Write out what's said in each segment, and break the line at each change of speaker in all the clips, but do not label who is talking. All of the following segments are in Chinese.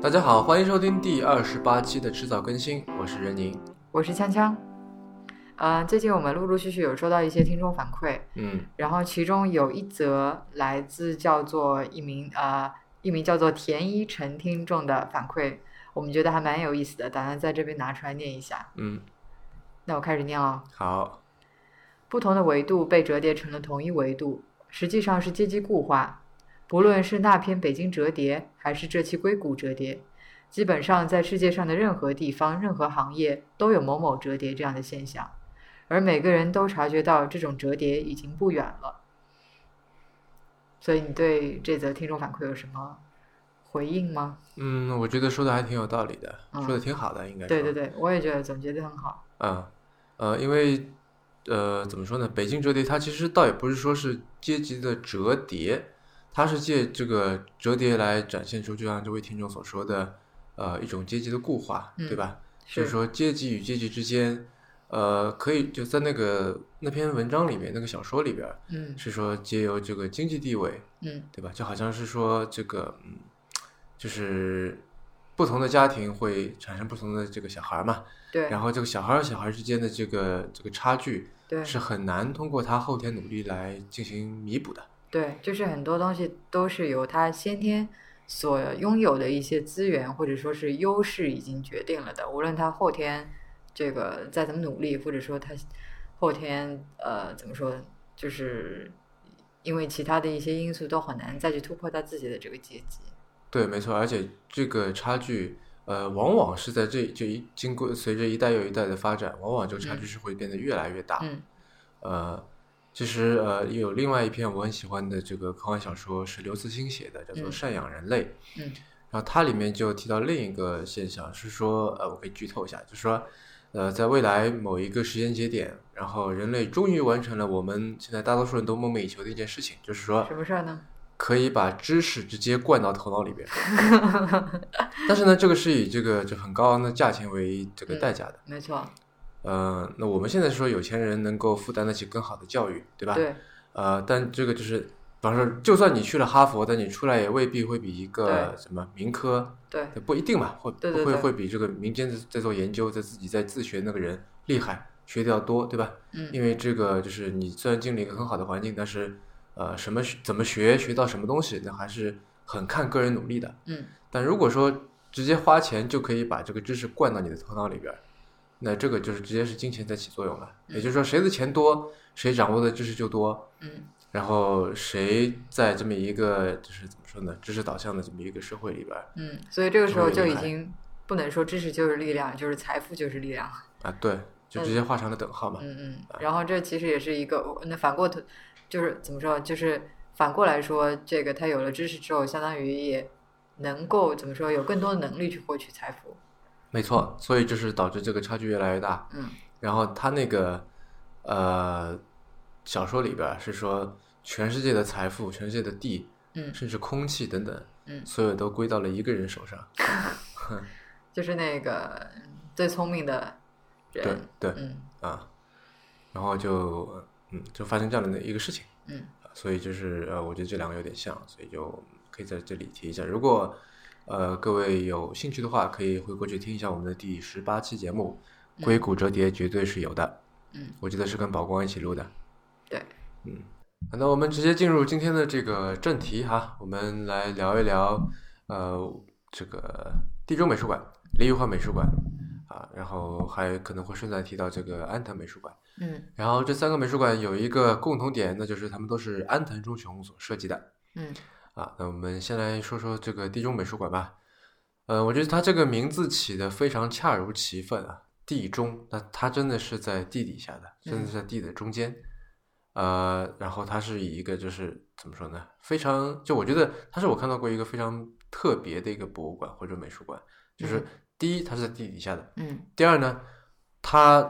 大家好，欢迎收听第二十八期的迟早更新，我是任宁。
我是锵锵。呃，最近我们陆陆续续有收到一些听众反馈，
嗯
然后其中有一则来自叫做一名呃一名叫做田一晨听众的反馈，我们觉得还蛮有意思的，打算在这边拿出来念一下。
嗯，
那我开始念了。
好，
不同的维度被折叠成了同一维度，实际上是阶级固化。不论是那篇北京折叠，还是这期硅谷折叠，基本上在世界上的任何地方、任何行业都有某某折叠这样的现象，而每个人都察觉到这种折叠已经不远了。所以，你对这则听众反馈有什么回应吗？
嗯，我觉得说的还挺有道理的，
嗯
说的挺好的，应该说。
对对对，我也觉得总结得很好。
啊，呃，因为呃，怎么说呢？北京折叠它其实倒也不是说是阶级的折叠，它是借这个折叠来展现出，就像这位听众所说的，呃，一种阶级的固化，对
嗯
吧？就是说阶级与阶级之间，呃，可以就在那个那篇文章里面，那个小说里边儿
嗯
是说借由这个经济地位，
嗯
对吧？就好像是说这个，嗯，就是不同的家庭会产生不同的这个小孩儿嘛。
对
然后这个小孩儿和小孩儿之间的这个这个差距
对
是很难通过他后天努力来进行弥补的。
对，就是很多东西都是由他先天所拥有的一些资源或者说是优势已经决定了的，无论他后天这个再怎么努力，或者说他后天呃怎么说，就是因为其他的一些因素都很难再去突破他自己的这个阶级。
对，没错，而且这个差距，呃，往往是在这这一经过随着一代又一代的发展，往往这个差距是会变得越来越大。
嗯
呃，其实呃有另外一篇我很喜欢的这个科幻小说是刘慈欣写的，叫做
嗯
《赡养人类》。
嗯
然后它里面就提到另一个现象，是说，呃，我可以剧透一下，就是说，呃，在未来某一个时间节点，然后人类终于完成了我们现在大多数人都梦寐以求的一件事情，就是说
什，么事儿呢？
可以把知识直接灌到头脑里边。但是呢，这个是以这个就很高昂的价钱为这个代价的。
没错，
呃，那我们现在说有钱人能够负担得起更好的教育，对吧？
对
呃，但这个就是，比方说，就算你去了哈佛，但你出来也未必会比一个
对
什么民科
对
不一定嘛，会
对对
会
对
会比这个民间在在做研究，在自己在自学那个人厉害，学的要多，对吧？
嗯
因为这个就是你虽然进了一个很好的环境，但是呃，什么学怎么学，学到什么东西，那还是很看个人努力的。
嗯
但如果说直接花钱就可以把这个知识灌到你的头脑里边儿，那这个就是直接是金钱在起作用了。也就是说，谁的钱多，谁掌握的知识就多，
嗯
然后谁在这么一个就是怎么说呢，知识导向的这么一个社会里边儿
嗯，所以这个时候
特别
就
厉
已
害
经不能说知识就是力量，就是财富就是力量。
啊，对，就直接画上了等号嘛。
嗯嗯，然后这其实也是一个，那反过头就是怎么说，就是反过来说，这个他有了知识之后，相当于也能够怎么说，有更多的能力去获取财富。
没错，所以就是导致这个差距越来越大。
嗯
然后他那个呃小说里边儿是说，全世界的财富、全世界的地，
嗯，
甚至空气等等，
嗯
所有都归到了一个人手上。
就是那个嗯最聪明的
对
人。
对
嗯
啊，然后就嗯就发生这样的一个事情。
嗯
所以就是呃，我觉得这两个有点像，所以就可以在这里提一下。如果呃各位有兴趣的话，可以回过去听一下我们的第十八期节目《硅谷折叠》，绝对是有的。
嗯，
我记得是跟宝光一起录的。
对，
嗯，好那我们直接进入今天的这个正题哈，我们来聊一聊呃这个地中美术馆、李玉焕美术馆啊，然后还可能会顺带提到这个安藤美术馆。
嗯
然后这三个美术馆有一个共同点，那就是他们都是安藤忠雄所设计的
嗯
啊。那我们先来说说这个地中美术馆吧。呃，我觉得它这个名字起的非常恰如其分啊，地中，那它真的是在地底下的，真的是在地的中间。呃，然后它是以一个就是怎么说呢，非常就我觉得它是我看到过一个非常特别的一个博物馆或者美术馆，就是
嗯
第一它是在地底下的，
嗯
第二呢，它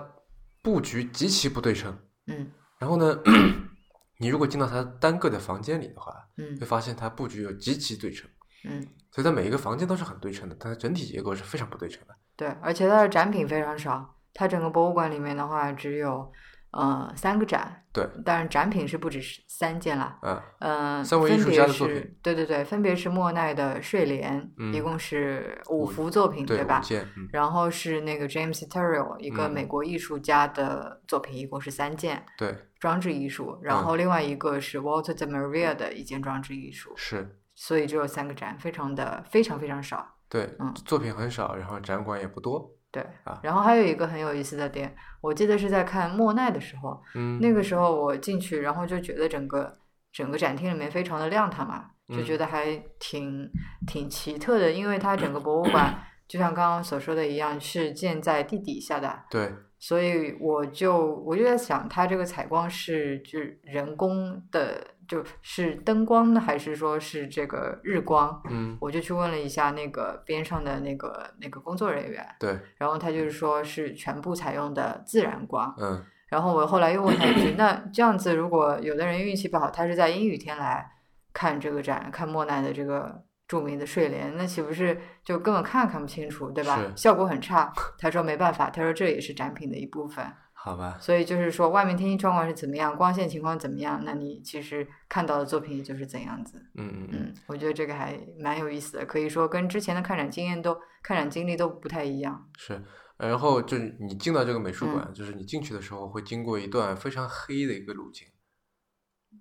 布局极其不对称。
嗯
然后呢， 你如果进到它单个的房间里的话，
嗯
会发现它布局有极其对称，
嗯，
所以它每一个房间都是很对称的，但它整体结构是非常不对称的。
对，而且它的展品非常少，它整个博物馆里面的话只有。呃三个展，
对，
当然展品是不止是三件啦，
啊，
嗯、呃，
三位艺
分
术
别
家的
是
作品
对对对，分别是莫奈的《睡莲》
嗯
一共是五
五
幅作品，
对，
吧
五？件，嗯，
然后是那个 James Terrell 一个
嗯
美国艺术家的作品，一共是三件
对，
装置艺术，
嗯
然后另外一个是 Walter de Maria 的一件装置艺术，
是，
所以只有三个展，非常的非常非常少。
对，
嗯
作品很少，然后展馆也不多，
对
啊，
然后还有一个很有意思的点，我记得是在看莫奈的时候，
嗯，
那个时候我进去，然后就觉得整个整个展厅里面非常的亮堂嘛，就
嗯
觉得还挺挺奇特的，因为它整个博物馆就像刚刚所说的一样，是建在地底下的，
对，
所以我就我就在想，它这个采光是就是人工的，就是灯光的，还是说是这个日光？
嗯，
我就去问了一下那个边上的那个那个工作人员，
对，
然后他就是说是全部采用的自然光。
嗯，
然后我后来又问他一句：“那这样子，如果有的人运气不好，他是在阴雨天来看这个展，看莫奈的这个著名的睡莲，那岂不是就根本看看不清楚，对吧？
是
效果很差。”他说没办法，他说这也是展品的一部分。
好吧，
所以就是说，外面天气状况是怎么样，光线情况怎么样，那你其实看到的作品也就是怎样子。
嗯嗯嗯，
嗯，我觉得这个还蛮有意思的，可以说跟之前的看展经验都、看展经历都不太一样。
是。然后就是你进到这个美术
嗯
馆，就是你进去的时候会经过一段非常黑的一个路径，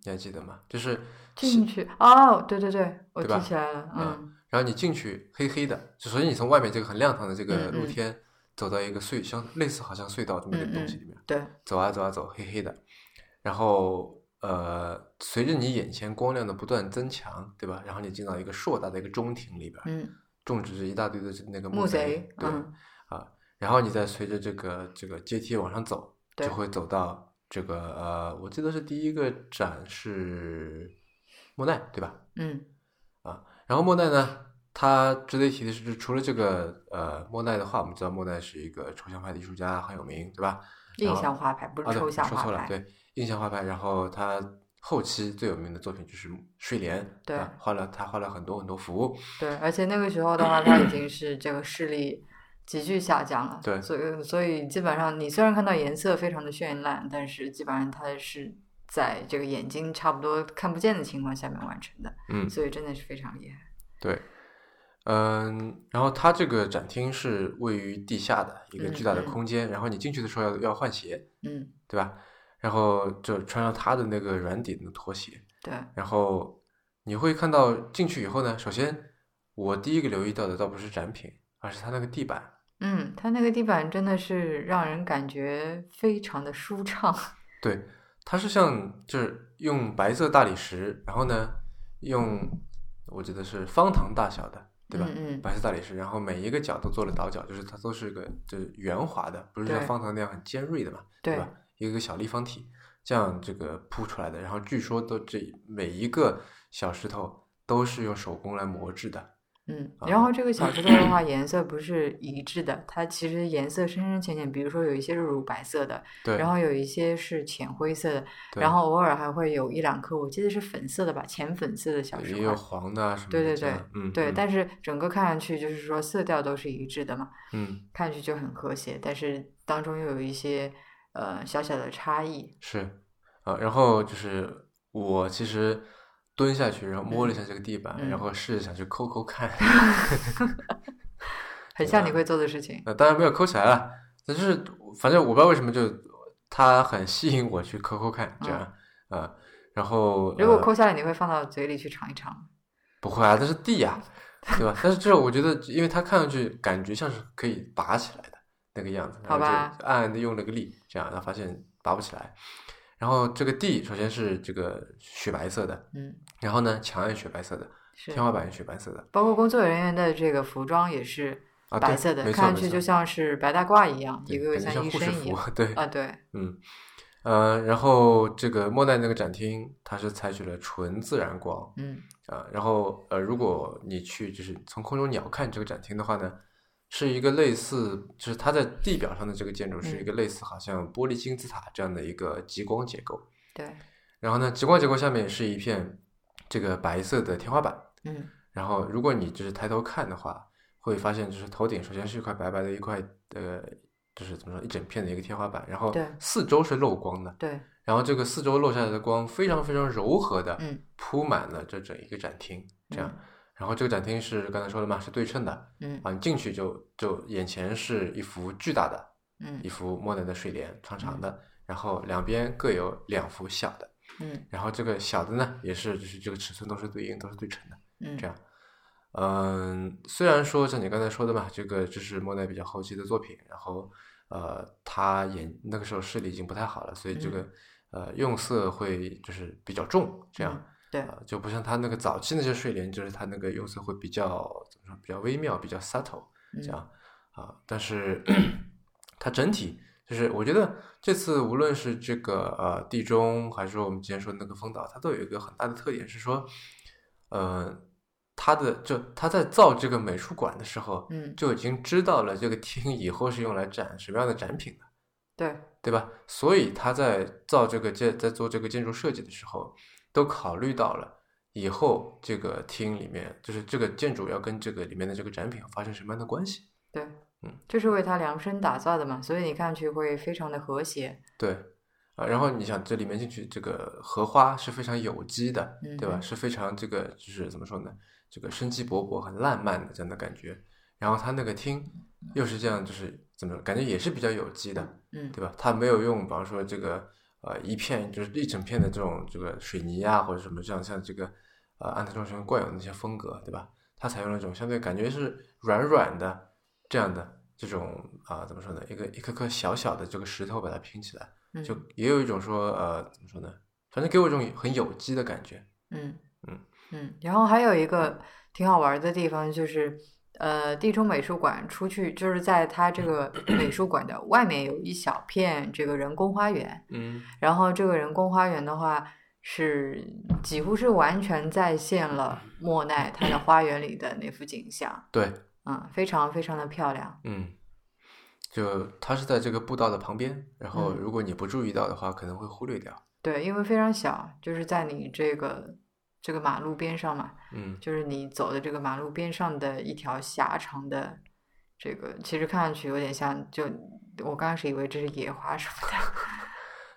你还记得吗？就是
进去哦，对对对，我
对吧
记起来了，
嗯
嗯
然后你进去黑黑的，就所以你从外面这个很亮堂的这个
嗯嗯
露天，走到一个隧像类似好像隧道这么一个东
嗯
西里面，
对，
走啊走啊走，黑黑的，然后呃，随着你眼前光亮的不断增强，对吧？然后你进到一个硕大的一个中庭里边，
嗯。
种植着一大堆的那个
木
贼
贼，，
对，啊
嗯，
然后你再随着这个这个阶梯往上走，
对
就会走到这个呃，我记得是第一个展是莫奈，对吧？
嗯
然后莫奈呢，他值得一提的是，除了这个呃，莫奈的话，我们知道莫奈是一个抽象派的艺术家，很有名，对吧？然
印
后
象画派不
啊，
是
对，
抽
我
象
说
画
错了，
派，
对，印象画派。然后他后期最有名的作品就是《睡莲》，
对
啊画了他画了很多很多幅，
对而且那个时候的话，他已经是这个视力急剧下降了，
对
所以所以基本上你虽然看到颜色非常的绚烂，但是基本上它是在这个眼睛差不多看不见的情况下面完成的，
嗯，
所以真的是非常厉害。
对，嗯，然后它这个展厅是位于地下的一个巨大的
嗯嗯
空间，然后你进去的时候要要换鞋，
嗯，
对吧？然后就穿上他的那个软底的拖鞋，
对，
然后你会看到进去以后呢，首先我第一个留意到的倒不是展品，而是它那个地板，
嗯，它那个地板真的是让人感觉非常的舒畅，
对，它是像就是用白色大理石，然后呢用我记得是方糖大小的，对吧？
嗯嗯
白色大理石，然后每一个角都做了倒角，就是它都是个就是圆滑的，不是像
对
方糖那样很尖锐的嘛，
对
吧？一个小立方体这样这个铺出来的，然后据说都这每一个小石头都是用手工来磨制的，
嗯，
啊
然后这个小石头的话，颜色不是一致的，它其实颜色深深浅浅，比如说有一些是乳白色的，
对，
然后有一些是浅灰色的，
对
然后偶尔还会有一两颗，我记得是粉色的吧，浅粉色的小石
也有
块。
黄的啊什么的
对对
这样，嗯，
对，
嗯
但是整个看上去就是说色调都是一致的嘛，
嗯
看上去就很和谐，但是当中又有一些呃小小的差异。
是啊，然后就是我其实蹲下去，然后摸了一下这个地板，
嗯
然后试着想去抠抠看，
很像你会做的事情，
那当然没有抠起来了，但是反正我不知道为什么就它很吸引我去抠抠看这样啊、然后
哦如果
呃
抠下来，你会放到嘴里去尝一尝。
不会啊，但是地呀、对吧？但是这种我觉得，因为它看上去感觉像是可以拔起来的那个样子，然
好
后就
吧
暗暗的用了个力，这样，然后发现拔不起来。然后这个地首先是这个雪白色的，
嗯，
然后呢墙也雪白色的，
是。
天花板也雪白色的
包括工作人员的这个服装也是
啊，对
白色的，
没错
看上
没
去
错
就像是白大褂一样，
对
一个
感觉
医
护士
生一 样
服，对，
啊，对，
嗯，呃，然后这个莫奈那个展厅，它是采取了纯自然光，
嗯
啊，然后呃，如果你去就是从空中鸟瞰这个展厅的话呢，是一个类似，就是它在地表上的这个建筑是一
嗯
个类似好像玻璃金字塔这样的一个极光结构。
对，
然后呢，极光结构下面是一片这个白色的天花板。
嗯
然后如果你就是抬头看的话，会发现就是头顶首先是一块白白的一块呃就是怎么说一整片的一个天花板，然后
对
四周是漏光的，
对，
然后这个四周漏下来的光非常非常柔和的
嗯
铺满了这整一个展厅，这样，然后这个展厅是刚才说了嘛，是对称的，
嗯
啊，你进去就就眼前是一幅巨大的
嗯
一幅莫奈的睡莲，长长的，然后两边各有两幅小的，
嗯
然后这个小的呢也是就是这个尺寸都是对应都是对称的，
嗯，
这样，嗯，虽然说像你刚才说的嘛，这个这是莫奈比较后期的作品，然后呃，他眼那个时候视力已经不太好了，所以这个、呃用色会就是比较重，这样、
嗯对
呃就不像他那个早期那些睡莲，就是他那个用色会比较怎么说，比较微妙，比较 subtle
嗯
这样啊、但是 它整体。就是我觉得这次无论是这个呃地中，还是说我们之前说的那个风岛，它都有一个很大的特点是说，呃，他的就他在造这个美术馆的时候，
嗯
就已经知道了这个厅以后是用来展什么样的展品的，
对
对吧？所以他在造这个建在做这个建筑设计的时候，都考虑到了以后这个厅里面就是这个建筑要跟这个里面的这个展品发生什么样的关系。
对，
嗯，
这是为它量身打造的嘛，所以你看上去会非常的和谐，
对，啊，然后你想这里面进去，这个荷花是非常有机的，对吧？
嗯
是非常这个就是怎么说呢？这个生机勃勃、很烂漫的这样的感觉。然后它那个厅又是这样，就是怎么说感觉也是比较有机的，
嗯
对吧？它没有用，比方说这个呃一片就是一整片的这种这个水泥啊或者什么这样，像这个呃安藤忠雄惯有的那些风格，对吧？它采用了一种相对感觉是软软的这样的这种啊、怎么说呢？一个一颗颗小小的这个石头把它拼起来。
嗯
就也有一种说呃怎么说呢，反正给我一种很有机的感觉。
嗯
嗯
嗯，然后还有一个挺好玩的地方就是，呃，地中美术馆出去就是在它这个美术馆的外面有一小片这个人工花园，
嗯
然后这个人工花园的话是几乎是完全再现了莫奈他的花园里的那幅景象，
对，
嗯，非常非常的漂亮，
嗯，就它是在这个步道的旁边，然后
嗯
如果你不注意到的话，可能会忽略掉。
对，因为非常小，就是在你这个这个马路边上嘛，
嗯
就是你走的这个马路边上的一条狭长的，这个其实看上去有点像，就我刚开始以为这是野花什么的，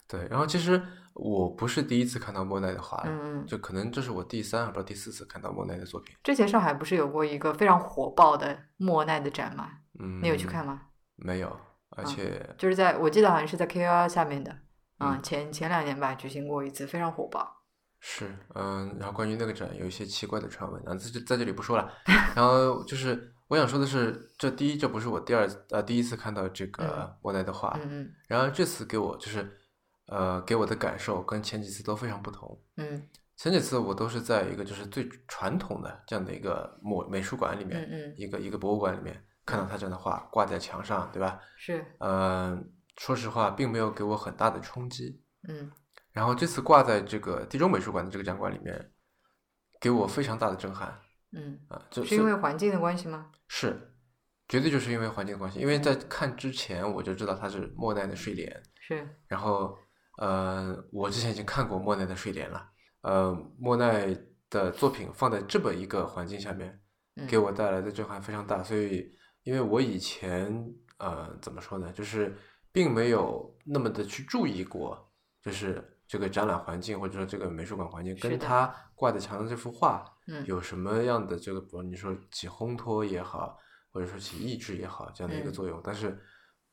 对，然后其实我不是第一次看到莫奈的画了，
嗯嗯。
就可能这是我第三还不知道第四次看到莫奈的作品。
之前上海不是有过一个非常火爆的莫奈的展吗？
嗯，
你有去看？嗯吗？
没有，而且
就是在我记得好像是在 K 幺幺下面的，嗯，
嗯
前前两年吧举行过一次，非常火爆。
是，嗯，然后关于那个展有一些奇怪的传闻，啊，在这在这里不说了。 然后就是我想说的是，这第一，这不是我第二呃第一次看到这个莫奈的画，
嗯嗯
然而这次给我就是呃给我的感受跟前几次都非常不同。
嗯
前几次我都是在一个就是最传统的这样的一个美美术馆里面，
嗯嗯，
一个一个博物馆里面看到他这样的画挂在墙上，对吧？
是，
呃，说实话，并没有给我很大的冲击。
嗯
然后这次挂在这个地中美术馆的这个展馆里面，给我非常大的震撼
嗯，
啊！就是
因为环境的关系吗？
是绝对就是因为环境的关系，因为在看之前我就知道它是莫奈的睡莲，
是，
然后呃，我之前已经看过莫奈的睡莲了，呃，莫奈的作品放在这么一个环境下面，
嗯
给我带来的震撼非常大，所以因为我以前呃怎么说呢，就是并没有那么的去注意过，就是这个展览环境或者说这个美术馆环境
是
跟
的
它挂在墙上这幅画
嗯
有什么样的这个，比如你说起烘托也好，或者说起抑制也好，这样的一个
嗯
作用。但是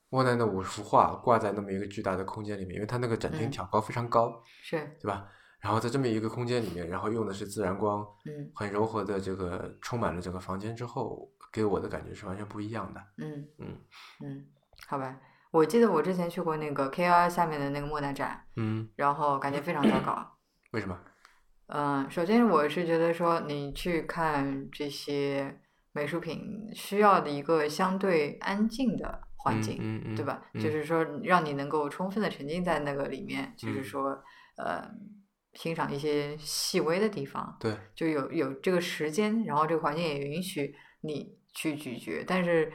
莫奈的五十幅画挂在那么一个巨大的空间里面，因为它那个展厅
嗯
挑高非常高，
是，
对吧？然后在这么一个空间里面，然后用的是自然光，
嗯
很柔和的这个充满了整个房间之后，给我的感觉是完全不一样的。
嗯
嗯
嗯，好吧。我记得我之前去过那个 K 幺幺下面的那个莫奈展，
嗯，
然后感觉非常糟糕。
为什么？
嗯，首先我是觉得说，你去看这些美术品需要的一个相对安静的环境，
嗯嗯，
对吧？
嗯
就是说，让你能够充分的沉浸在那个里面，就是
嗯
说，呃，欣赏一些细微的地方，
对，
就有有这个时间，然后这个环境也允许你去咀嚼，但是。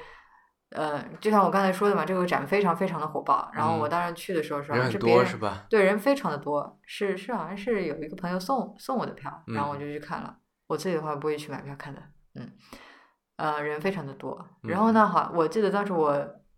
呃，就像我刚才说的嘛，这个展非常非常的火爆。然后我
嗯
当时去的时候是好
人
像
很
是别
多
人
是吧？
对，人非常的多，是是，好像是有一个朋友送送我的票，然后我
嗯
就去看了。我自己的话不会去买票看的，嗯，呃，人非常的多。然后呢，好，我记得当时我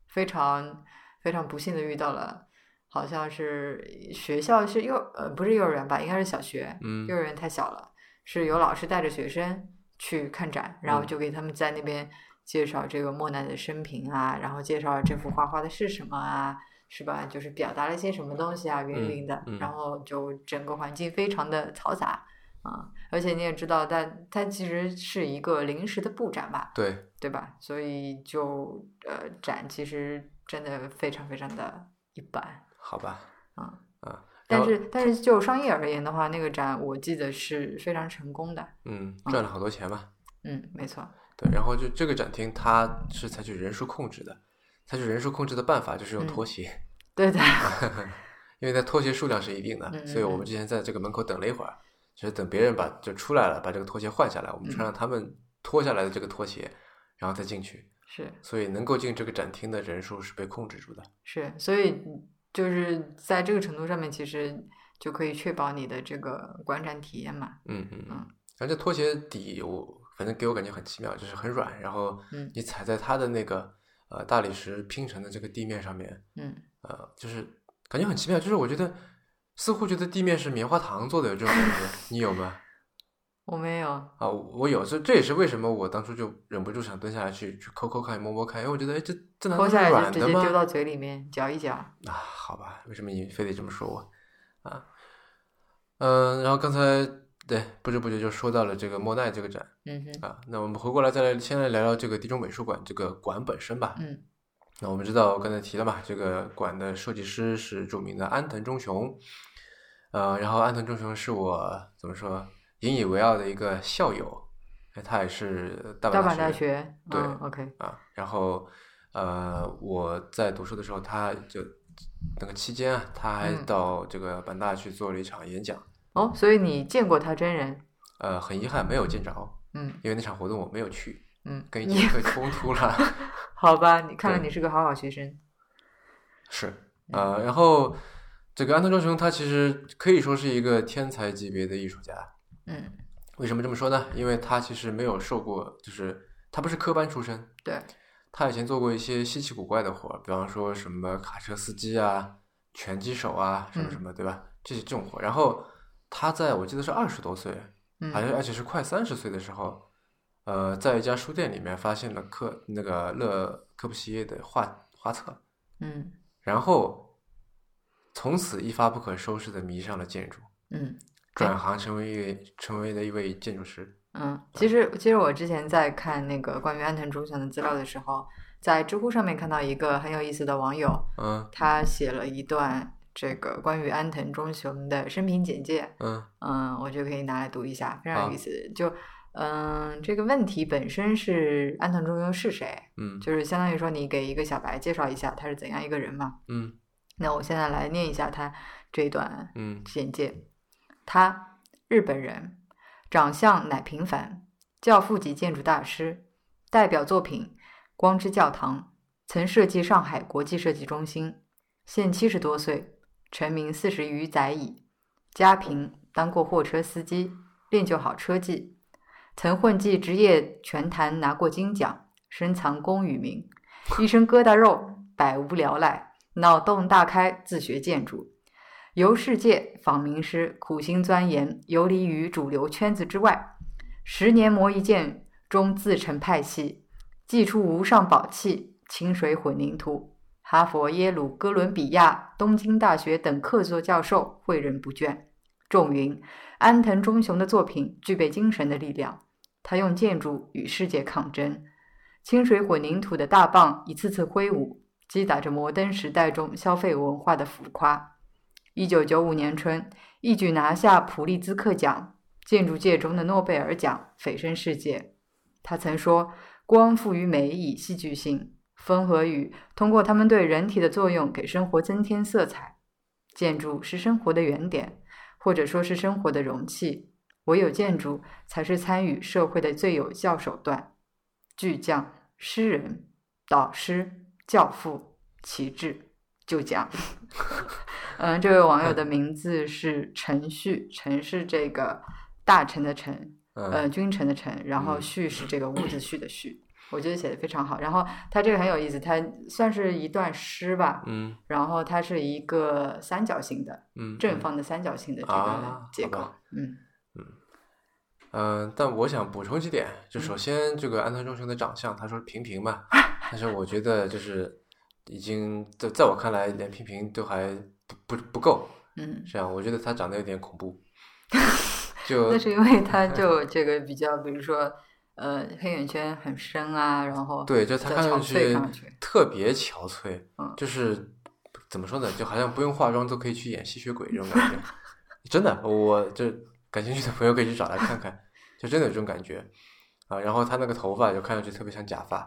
非常非常不幸的遇到了，好像是学校是幼呃不是幼儿园吧，应该是小学，
嗯
幼儿园太小了，是有老师带着学生去看展，
嗯
然后就给他们在那边介绍这个莫奈的生平啊，然后介绍这幅画画的是什么啊，是吧？就是表达了些什么东西啊，云云的
嗯，
然后就整个环境非常的嘈杂啊，而且你也知道，但它其实是一个临时的布展吧，
对，
对吧？所以就呃，展其实真的非常非常的一般。
好吧，
嗯
啊，然
但
后
是但是就商业而言的话，那个展我记得是非常成功的。
嗯，赚了好多钱嘛，
嗯，没错。
对，然后就这个展厅它是采取人数控制的，采取人数控制的办法就是用
嗯
拖鞋，
对的，
因为它拖鞋数量是一定的，
嗯
所以我
嗯
们之前在这个门口等了一会儿，就是等别人把就出来了，把这个拖鞋换下来，我
嗯
们穿上他们脱下来的这个拖鞋，然后再进去，
是
所以能够进这个展厅的人数是被控制住的。
是，所以就是在这个程度上面，其实就可以确保你的这个观展体验嘛。
嗯嗯
嗯
嗯，反正拖鞋底我反正给我感觉很奇妙，就是很软，然后
嗯
你踩在它的那个呃大理石拼成的这个地面上面，
嗯，
呃，就是感觉很奇妙，就是我觉得似乎觉得地面是棉花糖做的，有这种感觉，你有吗？
我没有。
啊，我有，这这也是为什么我当初就忍不住想蹲下来去去抠抠看、摸摸看，因为我觉得，哎，这这难道
脱
是
下来
软
就直
的
接
吗？
丢到嘴里面嚼一嚼。
啊，好吧，为什么你非得这么说我啊？嗯、然后刚才对不知不觉就说到了这个莫奈这个展
嗯哼，
啊，那我们回过来再来先来聊聊这个地中美术馆这个馆本身吧。
嗯
那我们知道，我刚才提了嘛，这个馆的设计师是著名的安藤忠雄，呃，然后安藤忠雄是我怎么说引以为傲的一个校友，哎他也是大
大
阪
阪大
大学
学。
对
嗯，OK。
啊。然后呃，我在读书的时候，他就那个期间啊，他还
嗯
到这个阪大去做了一场演讲，
哦，所以你见过他真人？
呃，很遗憾没有见着，
嗯
因为那场活动我没有去，
嗯，
跟一
你
节课冲突了。
好吧，你看来
对
你是个好好学生。
是，呃，然后这个安藤忠雄他其实可以说是一个天才级别的艺术家。
嗯，
为什么这么说呢？因为他其实没有受过，就是他不是科班出身，
对，
他以前做过一些稀奇古怪的活儿，比方说什么卡车司机啊、拳击手啊，什么什么，对吧？这些这种活儿。然后他在我记得是二十多岁，
嗯，
好像而且是快三十岁的时候，呃，在一家书店里面发现了克那个勒科布西耶的画画册，
嗯
然后从此一发不可收拾的迷上了建筑，
嗯
转行成为一位成为了一位建筑师。
嗯，其实其实我之前在看那个关于安藤忠雄的资料的时候，在知乎上面看到一个很有意思的网友，
嗯
他写了一段这个关于安藤忠雄的生平简介，
嗯
嗯，我就可以拿来读一下，非常有
好
意思。就嗯，这个问题本身是安藤忠雄是谁，
嗯
就是相当于说你给一个小白介绍一下他是怎样一个人嘛。
嗯
那我现在来念一下他这一段
嗯
简介：他日本人，长相乃平凡，教父级建筑大师，代表作品《光之教堂》，曾设计上海国际设计中心，现七十多岁，成名四十余载矣。家贫，当过货车司机，练就好车技，曾混迹职业拳坛，拿过金奖，深藏功与名，一身疙瘩肉，百无聊赖，脑洞大开，自学建筑。游世界访名师，苦心钻研，游离于主流圈子之外。十年磨一剑，终自成派系，祭出无上宝器——清水混凝土。哈佛、耶鲁、哥伦比亚、东京大学等客座教授诲人不倦。仲云、安藤忠雄的作品具备精神的力量，他用建筑与世界抗争。清水混凝土的大棒一次次挥舞，击打着摩登时代中消费文化的浮夸。一九九五年春，一举拿下普利兹克奖，建筑界中的诺贝尔奖，蜚声世界。他曾说：“光赋予美以戏剧性，风和雨通过它们对人体的作用，给生活增添色彩。建筑是生活的原点，或者说是生活的容器。唯有建筑才是参与社会的最有效手段。”巨匠、诗人、导师、教父、旗帜，就 讲。嗯，这位网友的名字是陈旭，陈是这个大臣的陈，
嗯
呃，君臣的臣，然后
嗯
旭是这个伍子胥的胥。我觉得写的非常好。然后它这个很有意思，它算是一段诗吧，
嗯
然后它是一个三角形的
嗯，
正方的三角形的这个
啊
结
好
构
吧，
嗯
嗯、呃但我想补充几点，就首先这个安藤忠雄的长相，他说平平嘛，
啊
但是我觉得就是已经在在我看来，连平平都还不不不够，
嗯，
这样我觉得他长得有点恐 怖，就
那是因为它就这个比较，比如说呃黑眼圈很深啊，然后
对，就他
比较
看上
憔悴，看上
去
去，
特别憔悴，
嗯
就是怎么说呢，就好像不用化妆都可以去演吸血鬼这种感觉。 真的，我就感兴趣的朋友可以去找来看看，就真的有这种感觉啊。然后他那个头发就看上去特别像假发，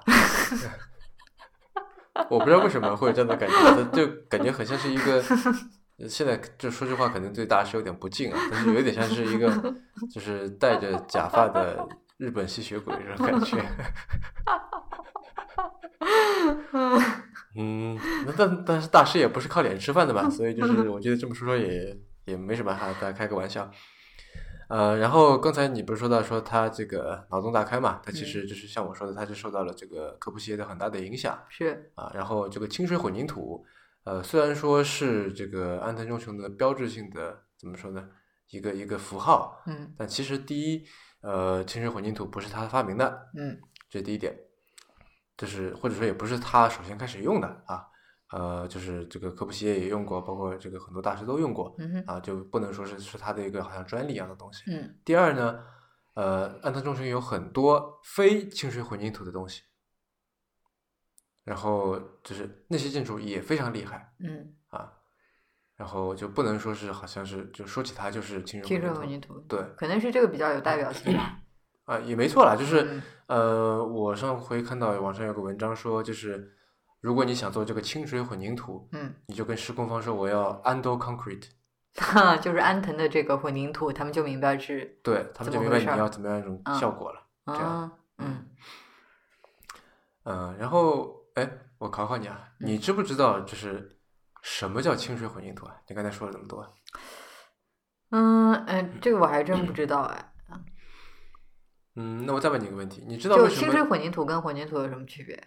我不知道为什么会有这样的感觉，就感觉很像是一个。现在就说句话，可能对大家是有点不敬啊，但是有一点像是一个就是戴着假发的日本吸血鬼这种感觉。嗯，那但但是大师也不是靠脸吃饭的嘛，所以就是我觉得这么说说也也没什么哈，大家开个玩笑。呃，然后刚才你不是说到说他这个脑洞大开嘛，他其实就是像我说的，他是受到了这个柯布西耶的很大的影响
是
啊。然后这个清水混凝土，呃，虽然说是这个安藤忠雄的标志性的怎么说呢，一个一个符号，
嗯
但其实第一，呃，清水混凝土不是他发明的，
嗯
这是第一点，就是或者说也不是他首先开始用的啊，呃，就是这个柯布西耶也用过，包括这个很多大师都用过
嗯哼
啊，就不能说是是他的一个好像专利一样的东西。
嗯
第二呢，呃，安藤忠雄有很多非清水混凝土的东西，然后就是那些建筑也非常厉害
嗯，
啊，然后就不能说是好像是就说起他就是清水
清水
混
混
凝
凝
土，
土，
对
可能是这个比较有代表 性吧，
啊，也没错啦，就是。
嗯
呃，我上回看到网上有个文章说，就是如果你想做这个清水混凝土，
嗯。
你就跟施工方说我要 Ando Concrete，
哈，就是安藤的这个混凝土，他们就明白是
对他们
怎
就
么
明
回
白你
事儿
要怎么样一种
嗯
效果了。这样
啊，嗯，
嗯、然后哎，我考考你啊，你知不知道就是什么叫清水混凝土啊？你刚才说了那么多，
嗯嗯，这个我还真不知道哎。
嗯，那我再问你一个问题，你知道
就
为什
清水
么
混凝土跟混凝土有什么区别？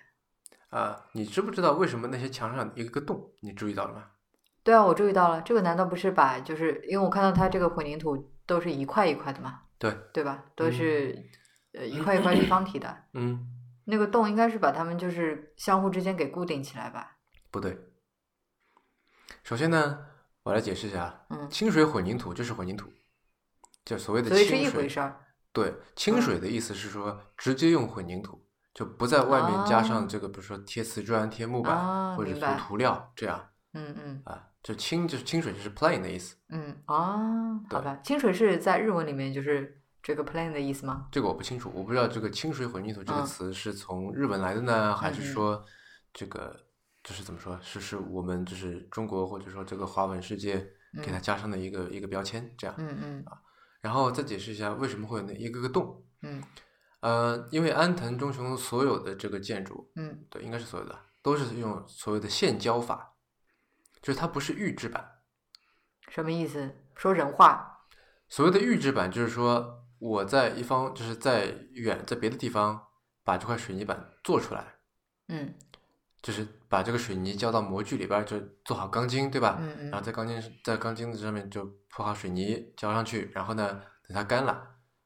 啊、你知不知道为什么那些墙上有一个洞？你注意到了吗？
对啊，我注意到了，这个难道不是把就是因为我看到它这个混凝土都是一块一块的嘛，
对，
对吧？都是呃一块一块立方体的，
嗯，
那个洞应该是把它们就是相互之间给固定起来吧？
不对。首先呢，我来解释一下啊。
嗯，
清水混凝土就是混凝土，就所谓的
所以是一
清
回
水。
事儿。
对，清水的意思是说直接用混凝土，就不在外面加上这个，比如说贴瓷砖、贴木板、
啊
或者
哦明
涂
白
涂料这样
嗯嗯
啊。就清就是清水就是 plain 的意思，
嗯啊，好
对
吧，清水是在日文里面就是这个 plan 的意思吗？
这个我不清楚，我不知道这个清水混凝土这个
嗯
词是从日本来的呢，还是
嗯嗯
说这个就是怎么说，是是我们就是中国或者说这个华文世界给它
嗯
加上的一个、一个标签这样。
嗯嗯
然后再解释一下为什么会有那一个个洞。
嗯
呃，因为安藤忠雄所有的这个建筑，
嗯
对，应该是所有的，都是用所谓的现浇法，就是它不是预制板。
什么意思？说人话。
所谓的预制板，就是说我在一方，就是在远在别的地方把这块水泥板做出来，
嗯
就是把这个水泥浇到模具里边儿，就做好钢筋，对吧？
嗯嗯
然后在钢筋在钢筋子上面就铺好水泥浇上去，然后呢，等它干了，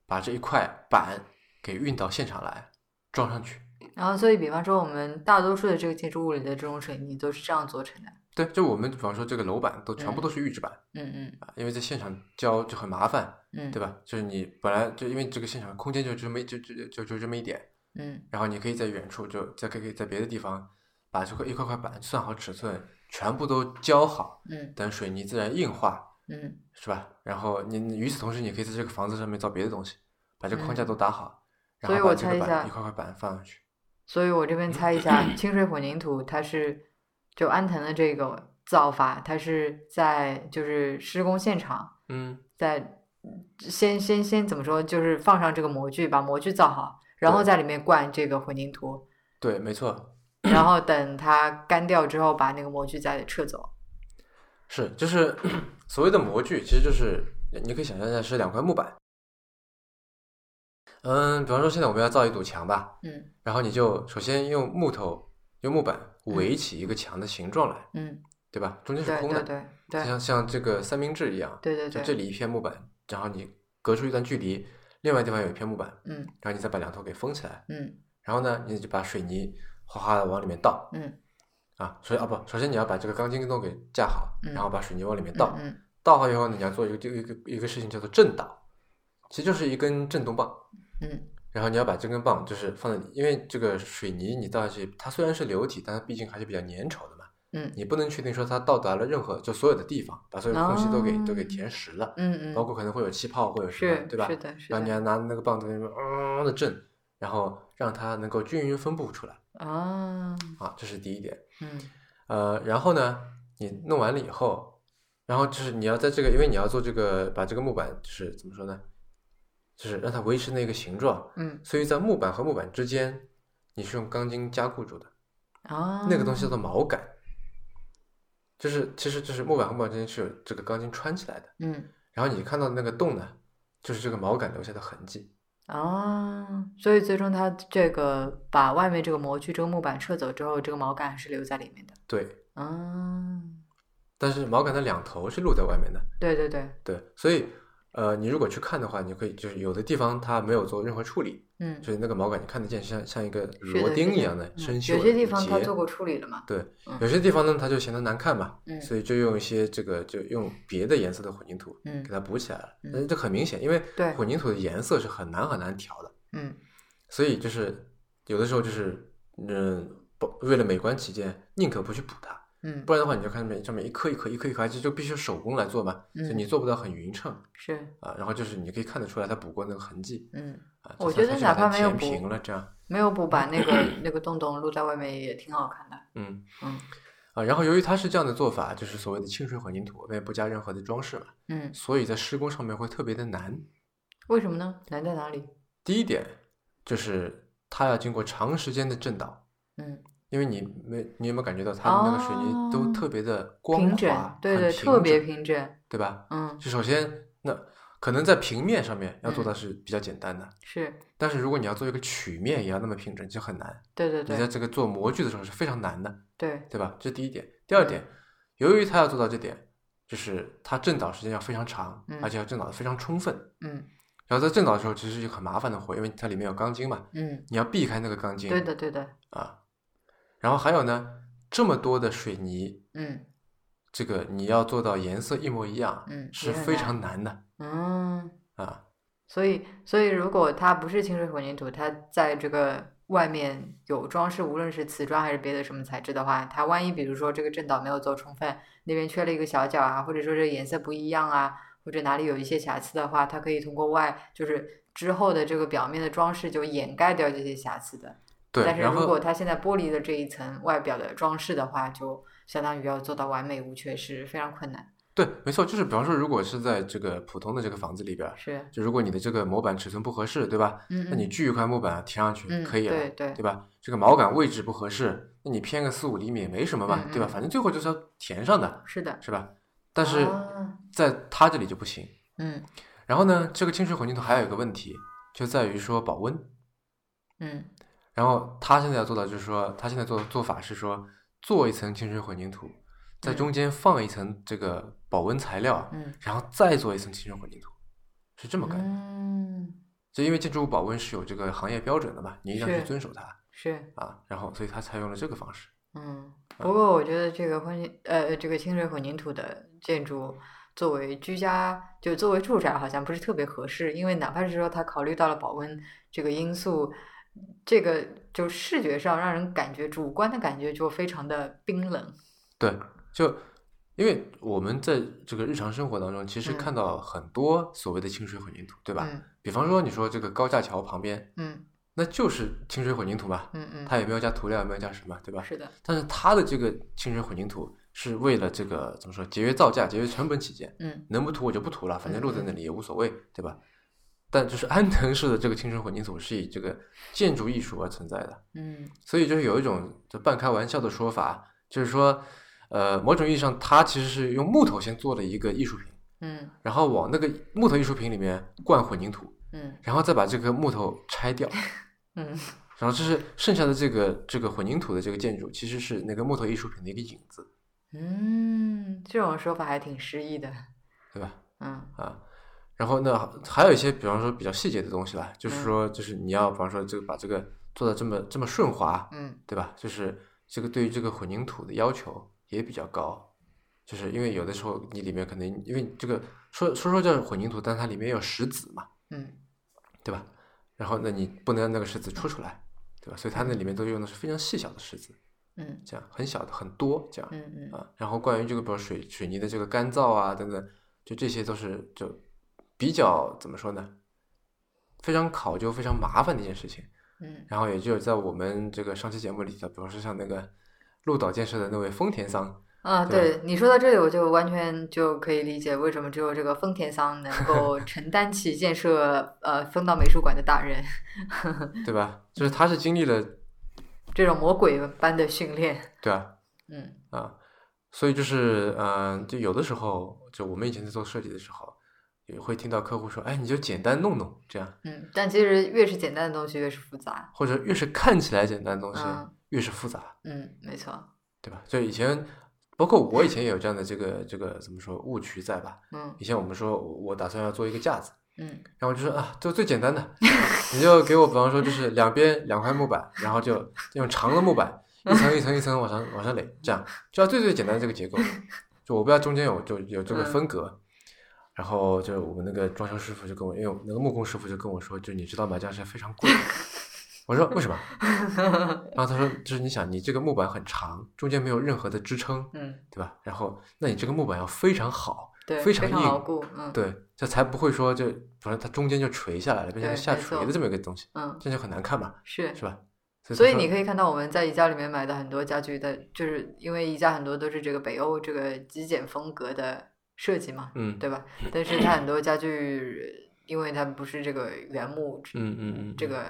把这一块板给运到现场来装上去。
然后，所以比方说，我们大多数的这个建筑物里的这种水泥都是这样做成的。
对，就我们比方说这个楼板都全部都是预制板
嗯嗯
啊，因为在现场浇就很麻烦，
嗯，
对
吧？
吧？就是你本来就因为这个现场空间就这么一就就就就这么一点，
嗯
然后你可以在远处就在可以可以在别的地方把这块一块块板算好尺寸，全部都浇好，
嗯
等水泥自然硬化，
嗯
是吧？然后你你与此同时，你可以在这个房子上面造别的东西，把这个框架
嗯
都打好，
所以
然后
我
把这
猜一
个
下
板一块块板放上去。
所以我这边猜一 下，清水混凝土它是就安藤的这个造法，它是在就是施工现场
嗯，
在先先先怎么说，就是放上这个模具，把模具造好，然后
对
在里面灌这个混凝土，
对，没错，
然后等它干掉之后，把那个模具再撤走。
是，就是 所谓的模具，其实就是你可以想象一下是两块木板，嗯，比方说现在我们要造一堵墙吧，
嗯
然后你就首先用木头、用木板围起一个墙的形状来，
嗯，
对吧？中间是
对
空
对
的，
对对
像像这个三明治一样，
对对
就
对，
这里一片木板，然后你隔出一段距离，另外地方有一片木板，
嗯
然后你再把两头给封起来，
嗯
然后呢，你就把水泥哗哗的往里面倒
嗯
啊，首先啊不，首先你要把这个钢筋都给架好，
嗯
然后把水泥往里面倒，
嗯
倒好以后呢，你要做一个这个一个一个事情叫做震导，其实就是一根震动棒，
嗯
然后你要把这根棒就是放在，因为这个水泥你倒下去，它虽然是流体，但它毕竟还是比较粘稠的嘛，
嗯
你不能确定说它到达了任何就所有的地方，把所有的空隙都给、都给
哦
填实了，
嗯
包
嗯，
括可能会有气泡，会有什么，
是
对吧
是？的是
然后你
的
要拿那个棒子在那边嗯的震，然后让它能够均匀分布出来
啊
啊，这是第一点。
嗯
呃，然后呢，你弄完了以后，然后就是你要在这个，因为你要做这个，把这个木板就是怎么说呢，就是让它维持那个形状，
嗯
所以在木板和木板之间，你是用钢筋加固住的，
啊，
那个东西叫做锚杆，就是其实就是木板和木板之间是有这个钢筋穿起来的，
嗯
然后你看到的那个洞呢，就是这个锚杆留下的痕迹，
啊，所以最终它这个把外面这个模具这个木板撤走之后，这个毛杆还是留在里面的
对，
啊，
但是锚杆的两头是露在外面的，
对对对，
对，所以呃，你如果去看的话，你可以就是有的地方它没有做任何处理。
嗯。
就是那个毛杆，你看得见像像一个
是
螺
的
钉
是
一
的
样的
嗯
生锈的
有些地方它
结
做过处理了嘛，
对，
嗯
有些地方呢它就显得难看嘛，
嗯
所以就用一些这个就用别的颜色的混凝土
嗯
给它补起来了。但
嗯
是这很明显，因为
对
混凝土的颜色是很难很难调的，
嗯
所以就是有的时候就是嗯，不为了美观起见，宁可不去补它，
嗯
不然的话你就看上面上面一颗一颗一颗一颗，就就必须手工来做嘛，所以
嗯
你做不到很匀称
是
啊。然后就是你可以看得出来它补过那个痕迹
嗯
啊，
我
就算
觉得
它是
哪
把它
怕没有
填
补
平了这样。
没有补把那个那个洞洞露在外面也挺好看的，
嗯，
嗯
啊，然后由于它是这样的做法，就是所谓的清水混凝土，那不加任何的装饰嘛，
嗯，
所以在施工上面会特别的难。
为什么呢？难在哪里？
第一点就是它要经过长时间的震导，
嗯，
因为你没你有没有感觉到它的那个水泥都
哦
特别的光
平
滑
整，，对
很
对，特别
整，
平整，
对吧？
嗯，
就首先那可能在平面上面要做到
嗯
是比较简单的，
是，
但是如果你要做一个曲面也要那么平整，就很难。
对对
你在
对
这个做模具的时候是非常难的。
对，
对吧？这是第一点。第二点，由于他要做到这点，就是他震导时间要非常长，
嗯
而且要震导的非常充分。
嗯
然后在震导的时候，其实是一个很麻烦的活，因为它里面有钢筋嘛，
嗯，
你要避开那个钢筋。
对的对的，
啊。然后还有呢，这么多的水泥，
嗯
这个你要做到颜色一模一样，
嗯
是
也很
非常难的
嗯，
啊。
所以所以如果它不是清水混凝土，它在这个外面有装饰，无论是瓷砖还是别的什么材质的话，它万一比如说这个震导没有做充分，那边缺了一个小角啊，或者说这个颜色不一样啊，或者哪里有一些瑕疵的话，它可以通过外就是之后的这个表面的装饰就掩盖掉这些瑕疵的。
对，
但是
然
如果
后
它现在剥离了这一层外表的装饰的话，就相当于要做到完美无缺是非常困难。
对，没错，就是比方说，如果是在这个普通的这个房子里边儿，
是，
就如果你的这个模板尺寸不合适，对吧？
嗯
那你锯一块木板贴上去
嗯
可以了，
对对
对吧？这个毛杆位置不合适，那你偏个四五厘米也没什么嘛，
嗯
对吧？
嗯
反正最后就是要填上的，
是的，
是吧？但是
啊
在他这里就不行。
嗯
然后呢，这个清水混凝土还有一个问题，就在于说保温。
嗯
然后他现在要做到就是说，他现在做的做法是说，做一层清水混凝土，在
嗯
中间放一层这个保温材料，
嗯
然后再做一层清水混凝土，是这么干的。
嗯，
就因为建筑物保温是有这个行业标准的嘛，你一定要去
是
遵守它
是
啊。然后，所以他采用了这个方式。
嗯。不过我觉得这个混凝呃这个清水混凝土的建筑作为居家就作为住宅好像不是特别合适，因为哪怕是说它考虑到了保温这个因素，这个就视觉上让人感觉主观的感觉就非常的冰冷。
对，就因为我们在这个日常生活当中，其实
嗯
看到很多所谓的清水混凝土，对吧？
嗯
比方说你说这个高架桥旁边，
嗯
那就是清水混凝土吧，
嗯嗯，
它也没有加涂料，也没有加什么，对吧？
是的，
但是它的这个清水混凝土是为了这个怎么说，节约造价、节约成本起见，
嗯
能不涂我就不涂了，反正
嗯
露在那里也无所谓，对吧？但就是安藤式的这个清水混凝土是以这个建筑艺术而存在的，
嗯
所以就是有一种就半开玩笑的说法，就是说，呃，某种意义上，它其实是用木头先做了一个艺术品，
嗯
然后往那个木头艺术品里面灌混凝土，
嗯
然后再把这个木头拆掉，
嗯
然后这是剩下的这个这个混凝土的这个建筑，其实是那个木头艺术品的一个影子，
嗯，这种说法还挺诗意的。
对吧？
嗯
啊，然后呢，还有一些，比方说比较细节的东西啦，就是说，就是你要，比方说这个把这个做的这么这么顺滑，
嗯
对吧？就是这个对于这个混凝土的要求也比较高，就是因为有的时候你里面可能因为这个说说说叫混凝土，但它里面有石子嘛，
嗯
对吧？然后那你不能让那个石子戳出来，对吧？所以它那里面都用的是非常细小的石子，
嗯
这样很小的很多这样
嗯嗯
啊。然后关于这个比如水水泥的这个干燥啊等等，就这些都是就比较怎么说呢？非常考究、非常麻烦的一件事情。
嗯
然后也就在我们这个上期节目里提到，比如说像那个鹿岛建设的那位丰田桑，
啊，
对
对你说到这里，我就完全就可以理解为什么只有这个丰田桑能 够承担起建设呃丰岛美术馆的大任，
对吧？就是他是经历了，
这种魔鬼般的训练。
对吧？
嗯
啊，所以就是，嗯、就有的时候，就我们以前在做设计的时候，也会听到客户说，哎，你就简单弄弄这样，
嗯，但其实越是简单的东西越是复杂。
或者越是看起来简单的东西，
嗯
越是复杂，
嗯，没错。
对吧？就以前，包括我以前也有这样的这个这个怎么说误区在吧？
嗯
以前我们说我我打算要做一个架子，
嗯
然后我就说啊，就最简单的， 你就给我，比方说就是两边两块木板，然后就用长的木板一层一层一层往上往上垒，这样就要最最简单的这个结构，就我不要中间有就有这个分隔。然后就我们那个装修师傅就跟我，因为我那个木工师傅就跟我说，就你知道吗？这样是非常贵的。我说为什么？然后他说，就是你想，你这个木板很长，中间没有任何的支撑，
嗯，
对吧？然后那你这个木板要非常好，
对，
非
非
常
常
硬
牢固。嗯
对，这才不会说就，反正它中间就垂下来了，变成
对
下
没
垂
错
的这么一个东西，
嗯，
这样就很难看嘛，
是。
是吧？
所以
他说
你可以看到我们在宜家里面买的很多家具的，就是因为宜家很多都是这个北欧这个极简风格的设计嘛，
嗯
对吧？但是它很多家具，因为它不是这个原木
嗯嗯嗯，
这个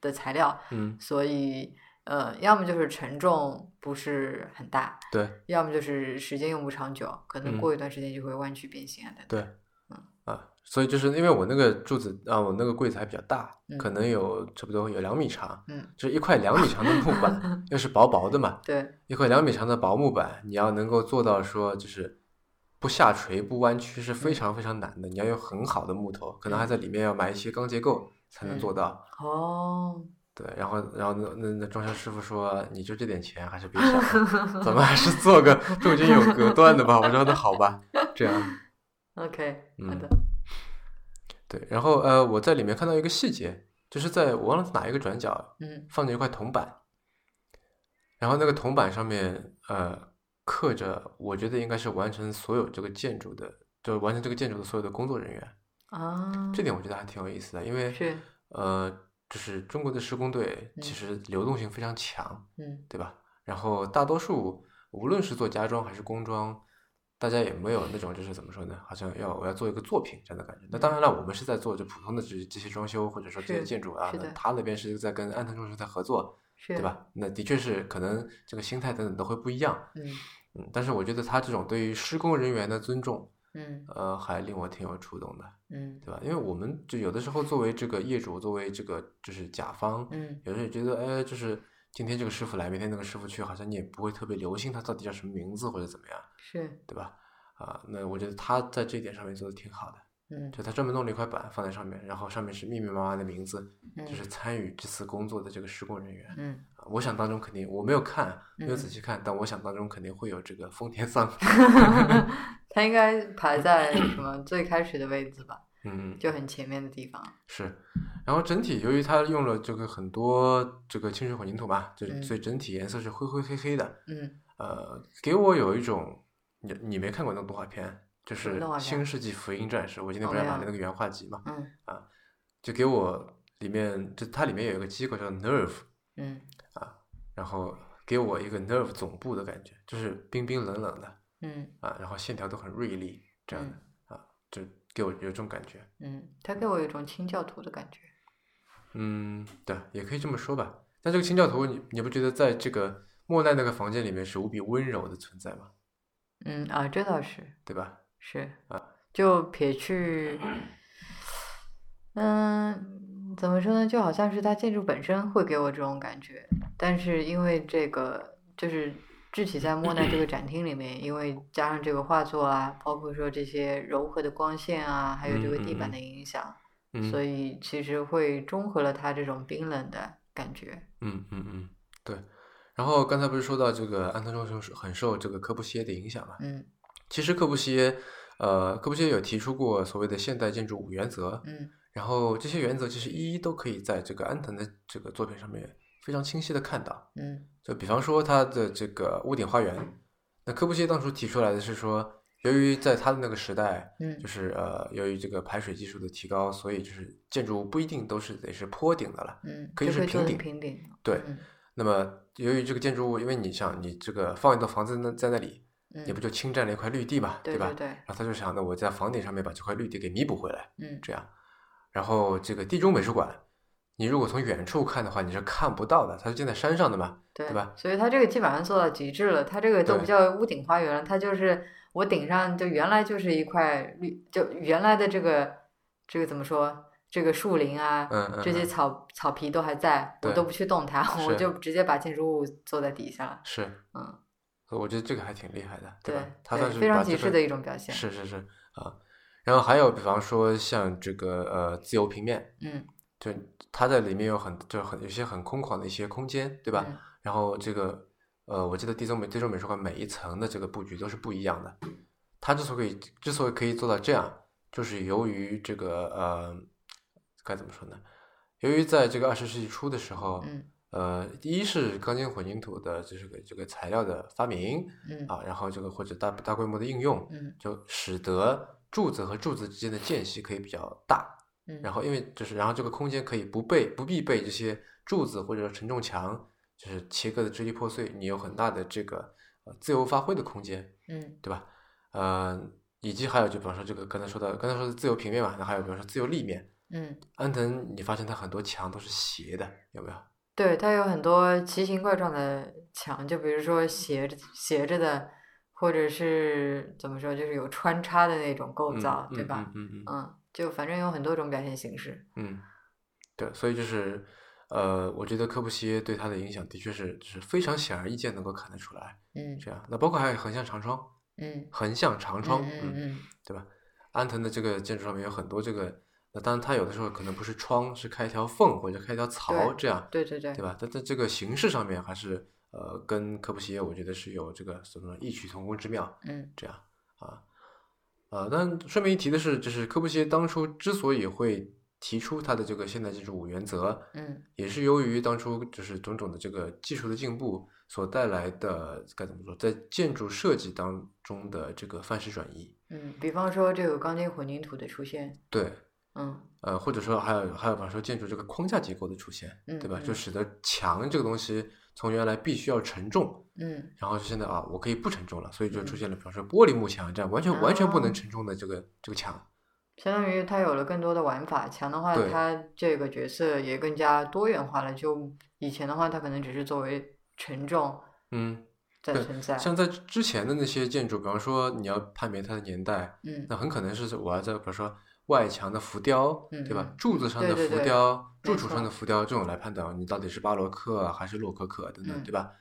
的材料，
嗯
所以呃，要么就是承重不是很大，
对
要么就是时间用不长久，可
嗯
能过一段时间就会弯曲变形啊等等。
对，啊，所以就是因为我那个柱子啊，我那个柜子还比较大，
嗯
可能有差不多有两米长，
嗯，
就是一块两米长的木板，又是薄薄的嘛，
对，
一块两米长的薄木板，你要能够做到说就是。不下垂、不弯曲是
嗯
非常非常难的，你要用很好的木头，可能还在里面要埋一些钢结构才能做
嗯
到。
哦，
对，然后，然后那那那装修师傅说，你就这点钱还是别想 了，咱们还是做个中间有隔断的吧。我说那好吧，这样。
OK，好
嗯
的，
对，然后呃，我在里面看到一个细节，就是在我忘了哪一个转角
嗯
放着一块铜板，然后那个铜板上面呃刻着，我觉得应该是完成所有这个建筑的，就是完成这个建筑的所有的工作人员。
啊，
这点我觉得还挺有意思的，因为
是，
呃，就是中国的施工队其
嗯
实流动性非常强。
嗯
对吧？然后大多数无论是做家装还是工装，大家也没有那种就是怎么说呢，好像要我要做一个作品这样的感觉。那当然了，我们是在做就普通的这这些装修或者说这些
是
建筑啊
是，
那
的
他那边是在跟安藤忠实在合作，
是，
对？吧？那的确是可能这个心态等等都会不一样。
嗯
嗯，但是我觉得他这种对于施工人员的尊重，
嗯
呃，还令我挺有触动的，
嗯
对吧？因为我们就有的时候作为这个业主，作为这个就是甲方，
嗯
有时候也觉得，哎，就是今天这个师傅来，明天那个师傅去，好像你也不会特别留心他到底叫什么名字或者怎么样，
是，
对吧？啊，那我觉得他在这一点上面做的挺好的，
嗯
就他专门弄了一块板放在上面，然后上面是密密麻麻的名字，
嗯
就是参与这次工作的这个施工人员。
嗯
啊我想当中肯定我没有看，没有仔
嗯
细看，但我想当中肯定会有这个丰田 桑，
它应该排在什么最开始的位置吧，
嗯，
就很前面的地方。
是，然后整体由于它用了这个很多这个清水混凝土嘛，就
嗯
所以整体颜色是灰灰黑黑的，
嗯
呃，给我有一种你你没看过那个动画片，就
什么
是
动
《
画片啊
新世纪福音战士》，我今天
哦
不是还
没
买
有
了那个原画集嘛，
嗯
就给我里面就它里面有一个机构叫 Nerve，
嗯
然后给我一个 Nerve 总部的感觉，就是冰冰冷冷的
嗯
啊，然后线条都很锐利这样的、啊，就给我有这种感觉。
嗯，它给我有一种清教徒的感觉。
嗯，对，也可以这么说吧。但这个清教徒，你你不觉得在这个莫奈那个房间里面是无比温柔的存在吗？
嗯啊，这倒是
啊对吧？
是，就撇去，嗯，怎么说呢？就好像是它建筑本身会给我这种感觉，但是因为这个就是具体在莫奈这个展厅里面，因为加上这个画作啊，包括说这些柔和的光线啊，还有这个地板的影响，
嗯
所以其实会中和了它这种冰冷的感觉。
嗯嗯嗯，对。然后刚才不是说到这个安藤忠雄是很受这个柯布西耶的影响嘛？
嗯
其实柯布西耶，呃，柯布西耶有提出过所谓的现代建筑五原则，
嗯
然后这些原则其实一一都可以在这个安藤的这个作品上面非常清晰的看到。
嗯
就比方说他的这个屋顶花园，那柯布西耶当初提出来的是说，由于在他的那个时代，
嗯
就是呃，由于这个排水技术的提高，所以就是建筑物不一定都是得是坡顶的了。
嗯，
可以
就是可以做
平
成
顶
平顶。
对
嗯
那么由于这个建筑物，因为你想你这个放一栋房子那在那里，
嗯，
你不就侵占了一块绿地嘛，
对
吧？
对，
然后他就想，那我在房顶上面把这块绿地给弥补回来，
嗯
这样。然后这个地中美术馆，你如果从远处看的话，你是看不到的，它是建在山上的嘛。
对
对吧？
所以它这个基本上做到极致了，它这个都
对
不叫屋顶花园了，它就是我顶上就原来就是一块绿，就原来的这个这个怎么说？这个树林啊，
嗯嗯
这些
嗯
草草皮都还在，我
对
都不去动它，我
是
就直接把建筑物做在底下了。
是，
嗯，
所以我觉得这个还挺厉害的，
对
吧？，他
对
算是
非常
把
极
这
致
个
的一种表现。
是是是啊。然后还有，比方说像这个呃自由平面，
嗯，
就它在里面有很就很有些很空旷的一些空间，对
对
吧？？然后这个呃，我记得地中美地中美术馆每一层的这个布局都是不一样的。它之所以之所以可以做到这样，就是由于这个呃，该怎么说呢？由于在这个二十世纪初的时候，
嗯
呃，一是钢筋混凝土的这个这个材料的发明
嗯
啊，然后这个或者大大规模的应用，
嗯
就使得柱子和柱子之间的间隙可以比较大，
嗯，
然后因为就是，然后这个空间可以不被不必被这些柱子或者说承重墙就是切割的支离破碎，你有很大的这个呃自由发挥的空间，
嗯
对吧？呃，以及还有就比方说这个刚才说到刚才说的自由平面嘛，那还有比方说自由立面，
嗯，
安藤你发现它很多墙都是斜的，有没有？
对，它有很多奇形怪状的墙，就比如说斜着斜着的，或者是怎么说，就是有穿插的那种构造，
嗯、
对吧？
嗯嗯嗯
嗯，就反正有很多种表现形式。
嗯，对，所以就是呃，我觉得柯布西耶对他的影响的确是就是非常显而易见，能够看得出来。
嗯
这样，那包括还有横向长窗，
嗯
横向长窗，
嗯嗯嗯
对吧？安藤的这个建筑上面有很多这个，那当然它有的时候可能不是窗，是开一条缝或者开一条槽
对
这样，
对对对
对吧？但在这个形式上面还是呃跟柯布西耶我觉得是有这个什么异曲同工之妙
嗯
这样啊。呃，但顺便一提的是，就是柯布西耶当初之所以会提出他的这个现代建筑五原则，
嗯
也是由于当初就是种种的这个技术的进步所带来的该怎么说，在建筑设计当中的这个范式转移。
嗯，比方说这个钢筋混凝土的出现，
对，
嗯
呃，或者说还有还有，比方说建筑这个框架结构的出现，
嗯
对吧？
嗯
就使得墙这个东西从原来必须要承重，
嗯
然后现在啊，我可以不承重了，所以就出
嗯
现了，比方说玻璃幕墙这样完全完全不
哦
能承重的这个这个墙。
相当于它有了更多的玩法。墙的话，
对
它这个角色也更加多元化了。就以前的话，它可能只是作为承重
嗯，
在
对
存在。
像在之前的那些建筑，比方说你要判别它的年代，
嗯
那很可能是我要在比方说外墙的浮雕，对
嗯
吧
嗯？
柱子上
对
的
对
浮
对
雕、
没
柱础上
错
的浮雕，这种来判断你到底是巴洛克啊还是洛可可等等，
嗯
对吧？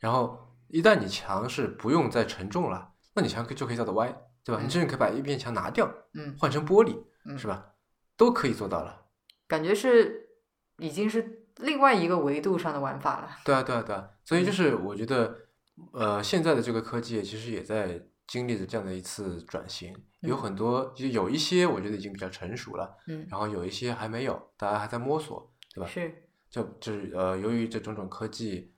然后一旦你墙是不用再承重了，那你墙可就可以造的歪，对吧？
嗯
你甚至可以把一面墙拿掉，
嗯
换成玻璃，
嗯，
是吧？都可以做到了。
感觉是已经是另外一个维度上的玩法了。
对啊，对啊，对啊。所以就
嗯
是我觉得，呃，现在的这个科技其实也在经历着这样的一次转型，有
嗯
很多就有一些我觉得已经比较成熟了，
嗯，
然后有一些还没有，大家还在摸索，对吧？
是，
就就是呃，由于这种种科技，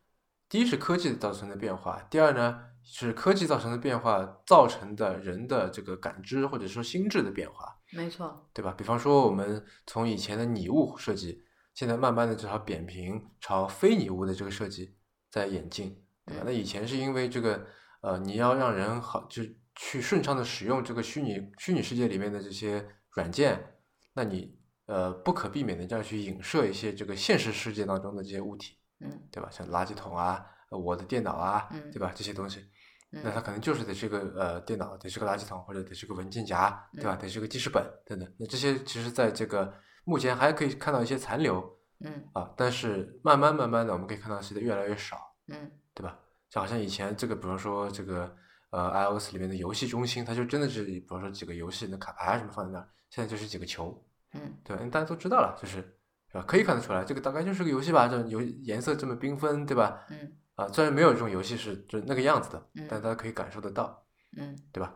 第一是科技造成的变化，第二呢是科技造成的变化造成的人的这个感知或者说心智的变化，
没错。
对吧？比方说我们从以前的拟物设计，现在慢慢的就朝扁平、朝非拟物的这个设计在演进，对吧
嗯？
那以前是因为这个呃，你要让人好就去顺畅的使用这个虚拟虚拟世界里面的这些软件，那你呃不可避免的就要去影射一些这个现实世界当中的这些物体，
嗯
对吧？像垃圾桶啊、呃我的电脑啊，
嗯
对吧？这些东西，那它
嗯
可能就是得是个呃电脑，得是个垃圾桶，或者得是个文件夹，对吧？
嗯
得是个记事本等等。那这些其实在这个目前还可以看到一些残留
嗯
啊，但是慢慢慢慢的，我们可以看到是越来越少，
嗯
对吧？就好像以前这个，比方说这个呃 iOS 里面的游戏中心，它就真的是，比方说几个游戏的卡牌啊什么放在那儿，现在就是几个球，
嗯
对吧？大家都知道了，就是是吧？可以看得出来，这个大概就是个游戏吧，这游颜色这么缤纷，对吧？
嗯
啊，虽然没有这种游戏是就那个样子的，
嗯
但大家可以感受得到，
嗯。
对吧？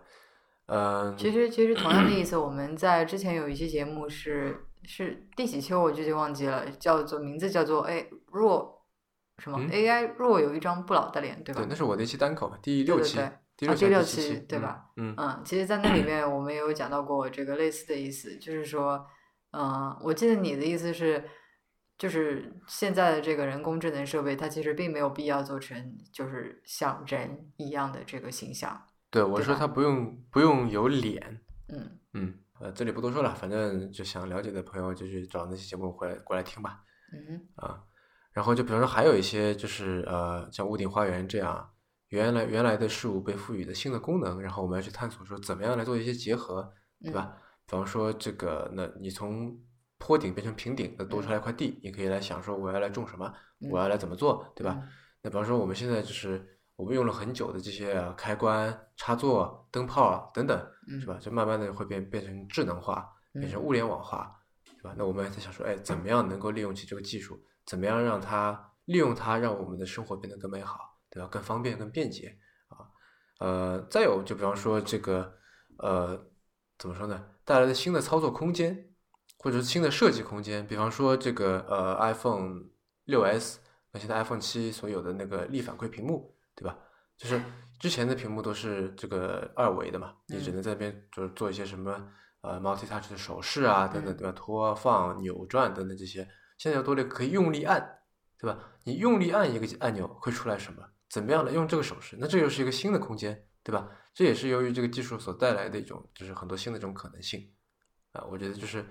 嗯、
其实其实同样的意思，我们在之前有一期节目是是第几期我具体忘记了，叫做名字叫做哎若什么、
嗯
AI 若有一张不老的脸，对吧？
对，那是我的一期单口嘛，第六期，
对对
第
啊
六期
第
还
六
是第七
期
期，
对吧
嗯？嗯，
嗯，其实，在那里面我们也有讲到过这个类似的意思，就是说，嗯，我记得你的意思是，就是现在的这个人工智能设备，它其实并没有必要做成就是像人一样的这个形象，
对，我
对
说
吧
他不用不用有脸，
嗯
嗯，呃，这里不多说了，反正就想了解的朋友就去找那期节目回来过来听吧，
嗯
啊，然后就比方说还有一些就是呃，像屋顶花园这样，原来原来的事物被赋予的新的功能，然后我们要去探索说怎么样来做一些结合，对吧？
嗯
比方说这个，那你从坡顶变成平顶，那多出来一块地，你可以来想说我要来种什么，
嗯
我要来怎么做，对
对
吧？？那比方说我们现在就是我们用了很久的这些呃开关、插座、灯泡啊等等，
嗯，
是吧？就慢慢的会变变成智能化，
嗯？
变成物联网化，对吧？那我们在想说，哎，怎么样能够利用起这个技术？怎么样让它利用它，让我们的生活变得更美好，对吧？更方便、更便捷啊。呃，再有就比方说这个，呃，怎么说呢？带来的新的操作空间，或者是新的设计空间。比方说这个呃 iPhone 六 S 和现在 iPhone 七所有的那个力反馈屏幕，对吧？就是之前的屏幕都是这个二维的嘛，你只
嗯
能在那边就是做一些什么呃 multi touch 的手势啊等等，对吧？拖放、扭转等等这些，现在有多了一个可以用力按，对吧？你用力按一个按钮会出来什么？怎么样来用这个手势？那这又是一个新的空间，对吧？这也是由于这个技术所带来的一种，就是很多新的这种可能性啊、我觉得就是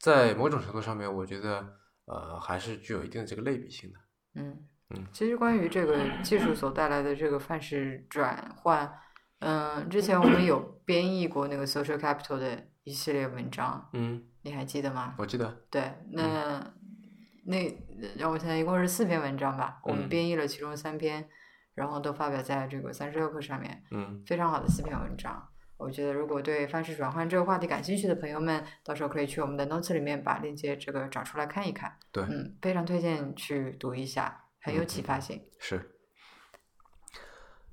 在某种程度上面，我觉得呃还是具有一定的这个类比性的。
嗯
嗯，
其实关于这个技术所带来的这个范式转换，嗯，之前我们有编译过那个 social capital 的一系列文章，
嗯，
你还记得吗？
我记得，
对，
嗯
那那让我想想，一共是四篇文章吧，我
嗯
们编译了其中三篇，然后都发表在这个三十六课上面，
嗯
非常好的四篇文章。我觉得如果对范式转换这个话题感兴趣的朋友们，到时候可以去我们的 notes 里面把链接这个找出来看一看。
对
嗯，非常推荐去读一下，很有
嗯
启
嗯
发性。
是。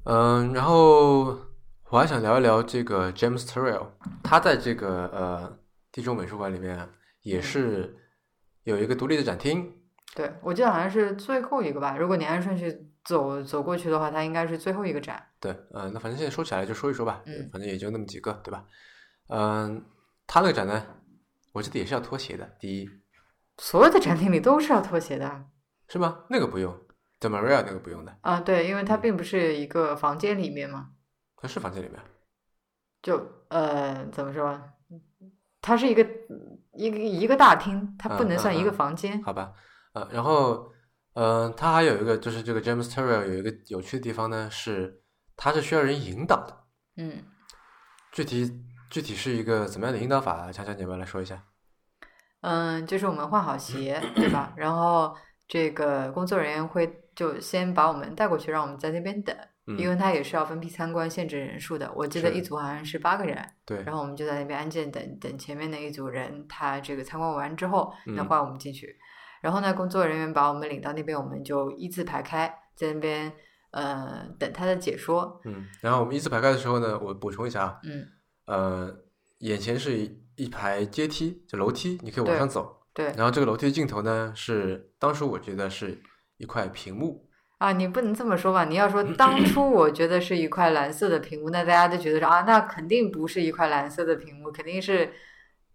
嗯，然后我还想聊一聊这个 James Turrell，他在这个呃地中美术馆里面啊也是有一个独立的展厅，
对，我记得好像是最后一个吧，如果你按顺序走走过去的话，它应该是最后一个展。
对，呃，那反正现在说起来就说一说吧，
嗯
反正也就那么几个，对吧？嗯，他那个展呢，我记得也是要脱鞋的，第一
所有的展厅里都是要脱鞋的
是吗？那个不用 d e m a r i a 那个不用的，
啊，对，因为它
嗯
并不是一个房间里面嘛，
它是房间里面，
就呃怎么说，它是一个一个一个大厅，它不
嗯
能算一个
嗯嗯
房间。
好吧？呃，然后，嗯、他还有一个就是这个 James Terrell 有一个有趣的地方呢，是他是需要人引导的，
嗯，
具体具体是一个怎么样的引导法？啊强强姐们来说一下。
嗯，就是我们换好鞋，对吧？然后这个工作人员会就先把我们带过去，让我们在那边等，因为
嗯，
他也是要分批参观、限制人数的。我记得
是
一组好像是八个人，
对，
然后我们就在那边安静等等前面那一组人，他这个参观完之后，那
嗯
换我们进去。然后呢，工作人员把我们领到那边，我们就一字排开，在那边呃等他的解说。
嗯，然后我们一字排开的时候呢，我补充一下啊，
嗯，
呃，眼前是一一排阶梯，就楼梯，你可以往
对
上走。
对
然后这个楼梯的尽头呢，是当时我觉得是一块屏幕，
啊，你不能这么说吧？你要
嗯
说当初我觉得是一块蓝色的屏幕，那大家都觉得说啊，那肯定不是一块蓝色的屏幕，肯定是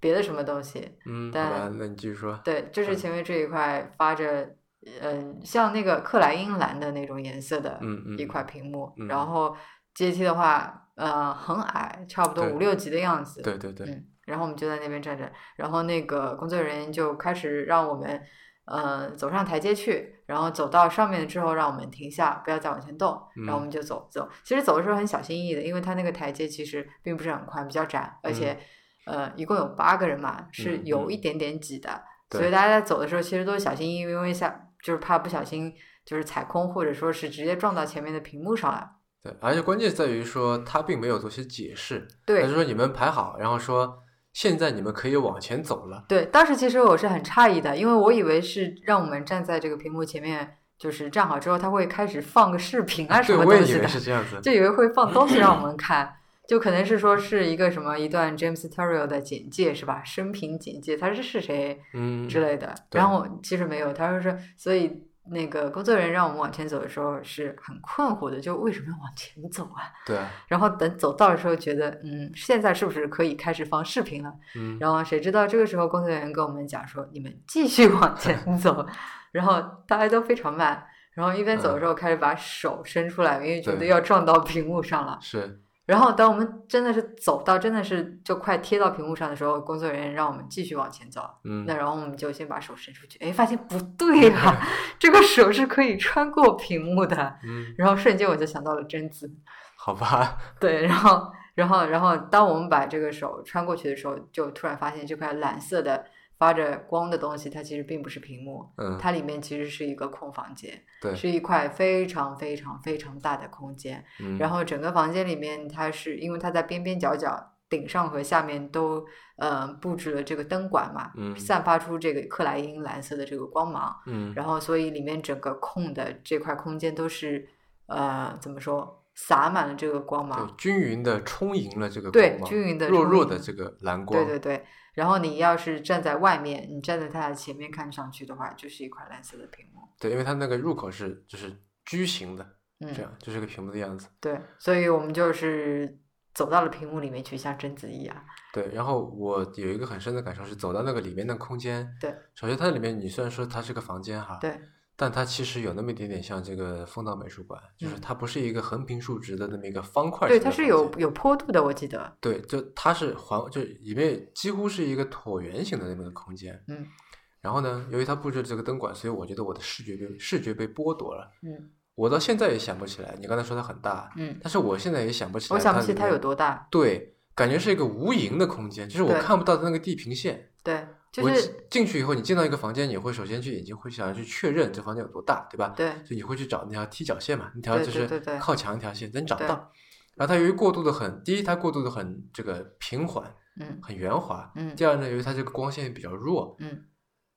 别的什么东西。
嗯，好
但
吧，那你继续说。
对，就是
嗯
前面这一块发着嗯、像那个克莱因蓝的那种颜色的，
嗯嗯，
一块屏幕，
嗯
然后阶梯的话，呃，很矮，差不多
对
五六级的样子。
对对对，
嗯，然后我们就在那边站着，然后那个工作人员就开始让我们，呃，走上台阶去，然后走到上面之后，让我们停下，不要再往前动，
嗯
然后我们就走走。其实走的时候很小心翼翼的，因为它那个台阶其实并不是很宽，比较窄，而且，呃，一共有八个人嘛，是
嗯
有
嗯
一点点挤的。
对
所以大家在走的时候其实都小心翼翼，因为下就是怕不小心就是踩空，或者说是直接撞到前面的屏幕上了。
对，而且关键在于说他并没有做些解释，他
对
就说你们排好，然后说现在你们可以往前走了。
对，当时其实我是很诧异的，因为我以为是让我们站在这个屏幕前面，就是站好之后，他会开始放个视频啊什
对，
么
我也
东
以
西
为
的，
是这样子。
就以为会放东西让我们看，就可能是说是一个什么一段 James Terrell 的简介是吧？生平简介，他是是谁
嗯，
之类的。
对
然后我其实没有，他说是，所以那个工作人员让我们往前走的时候是很困惑的，就为什么要往前走啊？
对啊，
然后等走到的时候觉得，嗯，现在是不是可以开始放视频了？
嗯，
然后谁知道这个时候工作人员跟我们讲说，你们继续往 前走，然后大家都非常慢，然后一边走的时候开始把手伸出来，因为觉
嗯
得
对
要撞到屏幕上了。
是，
然后当我们真的是走到真的是就快贴到屏幕上的时候，工作人员让我们继续往前走，
嗯
那，然后我们就先把手伸出去，哎，发现不对啊，这个手是可以穿过屏幕的，
嗯，
然后瞬间我就想到了贞子，
好吧，
对，然后，然后，然后，当我们把这个手穿过去的时候，就突然发现这块蓝色的发着光的东西，它其实并不是屏幕，
嗯，
它里面其实是一个空房间，
对，
是一块非常非常非常大的空间。
嗯，
然后整个房间里面，它是因为它在边边角角。顶上和下面都，呃，布置了这个灯管嘛，
嗯
散发出这个克莱因蓝色的这个光芒，
嗯，
然后所以里面整个空的这块空间都是，呃，怎么说，洒满了这个光芒，
对，均匀的充盈了这个
对
光芒
均匀地
弱
充
弱
盈
的这个蓝光，
对对对，然后你要是站在外面，你站在它的前面看上去的话，就是一块蓝色的屏幕。
对因为它那个入口是就是矩形的，这
嗯，
样就是个屏幕的样子。
对，所以我们就是走到了屏幕里面去，像贞子一样。
对，然后我有一个很深的感受是走到那个里面的空间，
对，
首先它里面你虽然说它是个房间哈，
对，
但它其实有那么一点点像这个风道美术馆，就是
嗯
它不是一个横平竖直的那么一个方块
对，
形的
它
房
是
间，
有有坡度的，我记得。
对，就它是环，就里面几乎是一个椭圆形的那么个空间。
嗯
然后呢，由于它布置了这个灯管，所以我觉得我的视觉被视觉被剥夺了。
嗯
我到现在也想不起来，你刚才说它很大，
嗯，
但是我现在也想不起来，
我想不起
它里
它
面
有多大。
对，感觉是一个无垠的空间，就是我
对
看不到它那个地平线。
对，就
我
是
进进去以后，你进到一个房间，你会首先去眼睛会想要去确认这房间有多大，对吧？
对
所以你会去找那条踢脚线嘛，那条
对
就
对
是
对对
靠墙一条线，但你找不
对
到。然后它由于过渡的很，第一它过渡的很这个平缓，
嗯
很圆滑。
嗯
第二呢，由于它这个光线比较弱，
嗯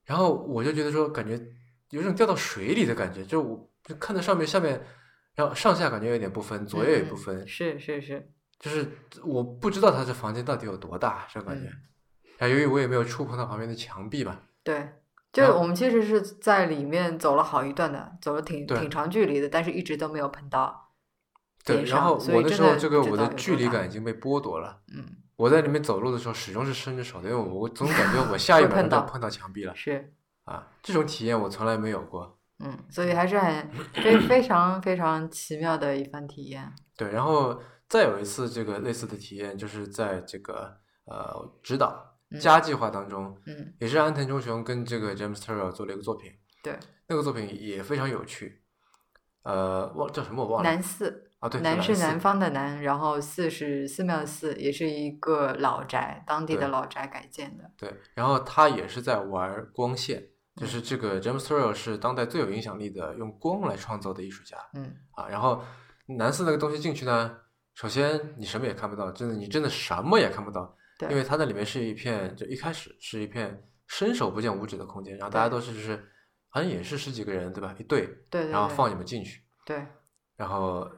然后我就觉得说，感觉有种掉到水里的感觉，就我就看到上面下面，然后上下感觉有点不分，左右也不
嗯
分，
是是是，
就是我不知道他这房间到底有多大，这种感觉。
嗯
然后由于我也没有触碰到旁边的墙壁嘛，
对。就
然后
我们其实是在里面走了好一段的，走了挺
对
挺长距离的，但是一直都没有碰到。
对，
也是
然
啊
后
所
我
以
那
真
时候
的
这个
不知
我
道
的
有
距
多
离
大
感已经被剥夺了。
嗯，
我在里面走路的时候，始终是伸着手的，因为我总感觉我下一秒
会
钟
碰
就
到
碰到墙壁了
是。
啊！这种体验我从来没有过。
嗯，所以还是很非非常非常奇妙的一番体验。
对，然后再有一次这个类似的体验，就是在这个呃指导
嗯
家计划当中，
嗯，
也是安藤忠雄跟这个 James Terrell 做了一个作品，
对，
那个作品也非常有趣。呃，忘叫什么我忘了。
南寺，
啊，对，
南是
寺
南方的南，然后寺是寺庙的寺，也是一个老宅，当地
对
的老宅改建的。
对，然后他也是在玩光线，
嗯
就是这个 James Turrell 是当代最有影响力的用光来创造的艺术家
嗯，
啊。然后南寺那个东西进去呢，首先你什么也看不到，真的你真的什么也看不到，因为
对，
它那里面是一片，就一开始是一片伸手不见五指的空间，然后大家都是就是好像也是十几个人对吧，一队，
对对
然后
对
放你们进去，
对，
然后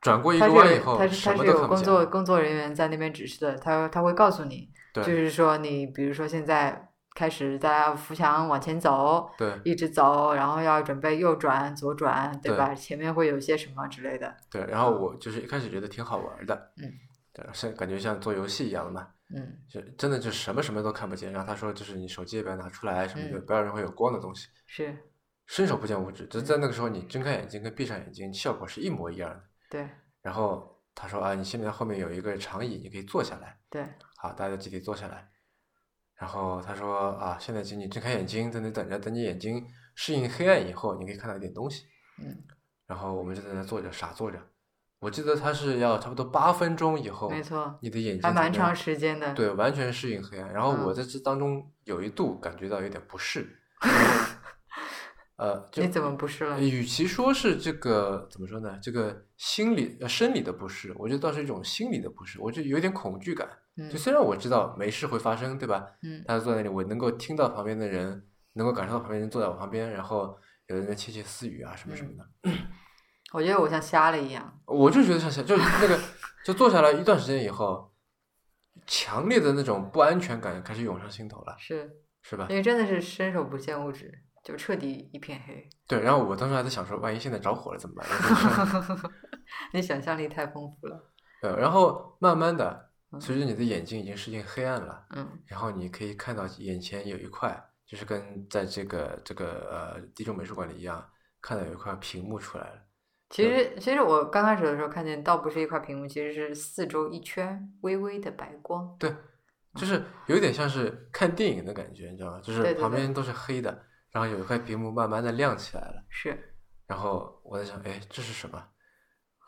转过一
他
个弯以
是
后
他是
什
他
么
是
都
有
看不
工作
见，
工作人员在那边指示的，他他会告诉你，就
对
是说你比如说现在开始大家扶墙往前走，
对
一直走，然后要准备右转、左转，对
对
吧？前面会有些什么之类的。
对，然后我就是一开始觉得挺好玩的，
嗯，
对，像感觉像做游戏一样的嘛。
嗯，
就真的就什么什么都看不见。然后他说，就是你手机也不要拿出来，什么的，
嗯
不要任何有光的东西。
是
伸手不见五指，就在那个时候，你睁开眼睛跟闭上眼睛效果是一模一样的。
对
然后他说啊，你现在后面有一个长椅，你可以坐下来。
对。
好，大家就集体坐下来。然后他说啊，现在请你睁开眼睛，在那等着，等你眼睛适应黑暗以后，你可以看到一点东西。
嗯
然后我们就在那坐着，傻坐着，我记得它是要差不多八分钟以后，
没错，
你的眼睛
还蛮
才能
长时间的。
对，完全适应黑暗。然后
嗯
我在这当中有一度感觉到有点不适， 呃，就
你怎么不是了？
与其说是这个怎么说呢，这个心理、呃、生理的不适，我觉得倒是一种心理的不适，我就有点恐惧感。
嗯
就虽然我知道没事会发生，对吧？
嗯
但是坐在那里，我能够听到旁边的人，能够感受到旁边人坐在我旁边，然后有人在窃窃私语啊什么什么
嗯
的，
我觉得我像瞎了一样。
我就觉得像小，就那个就坐下来一段时间以后，强烈的那种不安全感开始涌上心头了，
是
是吧
因？为真的是伸手不见五指，就彻底一片黑。
对，然后我当时还在想说，万一现在着火了怎么办？ 然后就是
你想象力太丰富了。
呃，然后慢慢的，
嗯
随着你的眼睛已经适应黑暗了，
嗯
然后你可以看到眼前有一块，就是跟在这个这个呃地中美术馆里一样，看到有一块屏幕出来了。，
其实其实我刚开始的时候看见，倒不是一块屏幕，其实是四周一圈微微的白光。
对，就是有点像是看电影的感觉，你知道吗？就
哦对
是
对
旁
对
边都是黑的，然后有一块屏幕慢慢的亮起来了。
是
然后我在想，哎，这是什么？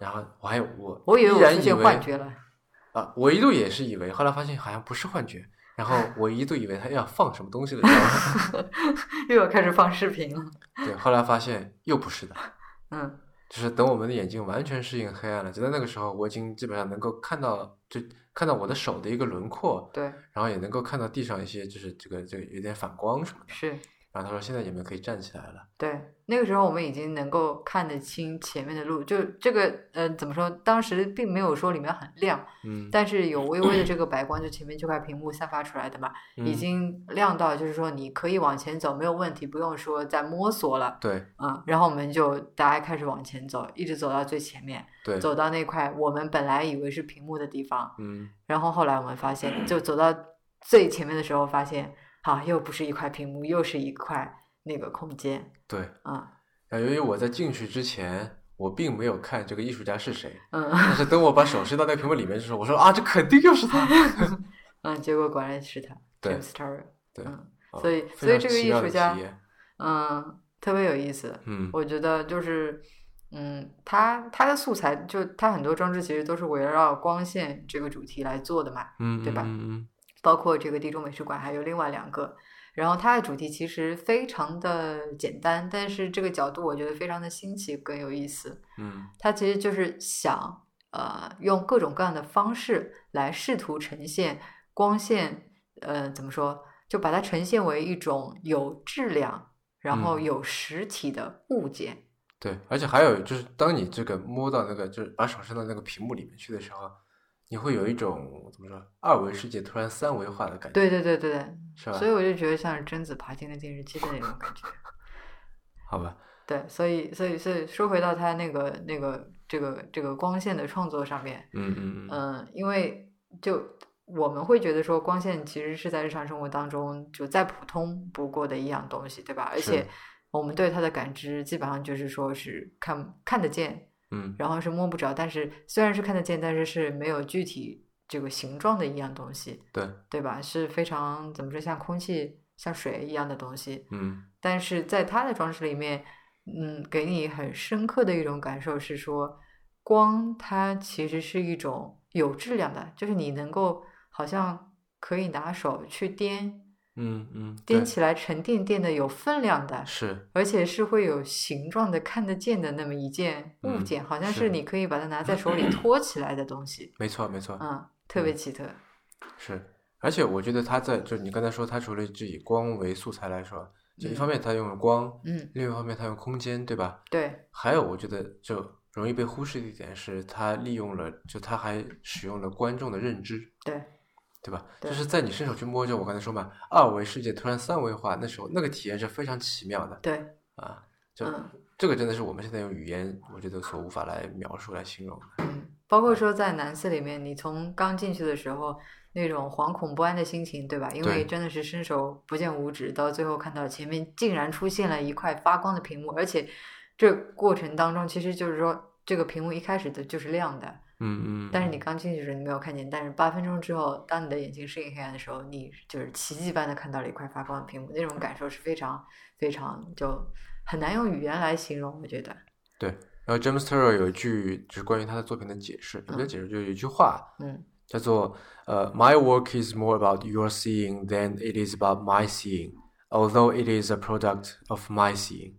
然后我还有我，
我以为
依
我
然
是见
为
幻觉了。
啊，我一度也是以为，后来发现好像不是幻觉。然后我一度以为他要放什么东西了，你知道 吗？
又要开始放视频了。
对，后来发现又不是的，
嗯，
就是等我们的眼睛完全适应黑暗了，就在那个时候，我已经基本上能够看到，就看到我的手的一个轮廓，
对，
然后也能够看到地上一些，就是这个这个有点反光什么的。
是，
然后他说现在你们可以站起来了，
对。那个时候我们已经能够看得清前面的路，就这个呃，怎么说？当时并没有说里面很亮，
嗯，
但是有微微的这个白光，就前面这块屏幕散发出来的嘛，已
嗯
经亮到就是说你可以往前走，没有问题，不用说再摸索了。
对
嗯，然后我们就大家开始往前走，一直走到最前面，
对，
走到那块我们本来以为是屏幕的地方，
嗯，
然后后来我们发现，就走到最前面的时候，发现啊，又不是一块屏幕，又是一块那个空间
对。
啊，
然后由于我在进去之前，我并没有看这个艺术家是谁，
嗯
但是等我把手伸到那个屏幕里面的时候，我说啊，这肯定又是他。
嗯，结果果然是他
对
，James t u r r e
对，
嗯，
啊
所以
非
所以
常
这个
奇
艺
妙
术
的
家
体验
嗯，特别有意思。
嗯，
我觉得就是，嗯，他他的素材就他很多装置其实都是围绕光线这个主题来做的嘛，
嗯，
对吧
嗯
包括这个地中美术馆还有另外两个。然后它的主题其实非常的简单，但是这个角度我觉得非常的新奇，更有意思。
嗯
它其实就是想呃用各种各样的方式来试图呈现光线，呃怎么说，就把它呈现为一种有质量，然后
嗯
有实体的物件。
对，而且还有就是，当你这个摸到那个，就是把手伸到那个屏幕里面去的时候，你会有一种怎么说，二维世界突然三维化的感觉，
对对对对对，
是吧
所？以我就觉得像是贞子爬进了电视机的那种感觉。
好吧，
对，所以所以所以说回到他那个那个这个这个光线的创作上面，
嗯嗯嗯，
嗯，因为就我们会觉得说，光线其实是在日常生活当中就再普通不过的一样东西，对吧？而
是
且我们对它的感知基本上就是说是看看得见，
嗯
然后是摸不着，但是虽然是看得见，但是是没有具体这个形状的一样东西，
对，
对吧？是非常怎么说，像空气、像水一样的东西。
嗯
但是在它的装饰里面，嗯，给你很深刻的一种感受是说，光它其实是一种有质量的，就是你能够好像可以拿手去掂，
嗯嗯，对
掂，起来沉甸甸的，有分量的，
是，
而且是会有形状的、看得见的那么一件物
嗯
件，好像
是
是你可以把它拿在手里托起来的东西，
没错没错，
嗯，特别奇特，
是。而且我觉得他在，就你刚才说，他除了只以光为素材来说，就一
嗯
方面他用了光，
嗯，
另一方面他用空间，对吧？
对，
还有，我觉得就容易被忽视的一点是，他利用了，就他还使用了观众的认知，
对，
对吧？
对
就是在你伸手去摸着，我刚才说嘛，二维世界突然三维化，那时候那个体验是非常奇妙的
对，
啊！就、
嗯。
这个真的是我们现在用语言，我觉得所无法来描述、来形容的。
嗯，包括说在南寺里面，你从刚进去的时候那种惶恐不安的心情，对吧？因为
对
真的是伸手不见五指，到最后看到前面竟然出现了一块发光的屏幕，而且这过程当中，其实就是说这个屏幕一开始的就是亮的，
嗯嗯。
但是你刚进去的时候你没有看见，但是八分钟之后，当你的眼睛适应黑暗的时候，你就是奇迹般的看到了一块发光的屏幕，那种感受是非常非常就很难用语言来形容，我觉得，
对，然后 James Turrell 有一句就是关于他的作品的解释，有个解释就是有一句话
嗯
叫做呃、m y work is more about your seeing than it is about my seeing, although it is a product of my seeing。”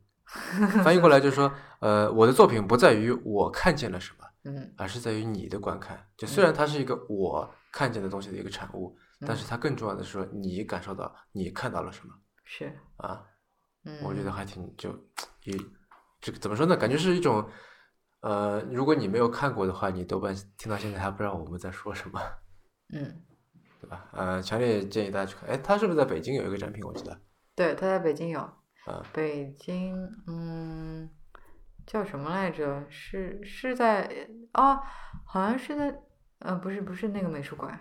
翻译过来就是说，呃，我的作品不在于我看见了什么，
嗯
而是在于你的观看。就虽然它是一个我看见的东西的一个产物，
嗯
但是它更重要的是说你感受到你看到了什么
是，
啊？
嗯，
我觉得还挺就也这个怎么说呢？感觉是一种呃，如果你没有看过的话，你多半听到现在还不知道我们在说什么，
嗯，
对吧？呃，强烈建议大家去看。哎，他是不是在北京有一个展品？我记得
对，他在北京有，
啊，
北京，嗯，叫什么来着？是是在哦，好像是在，呃，不是不是那个美术馆，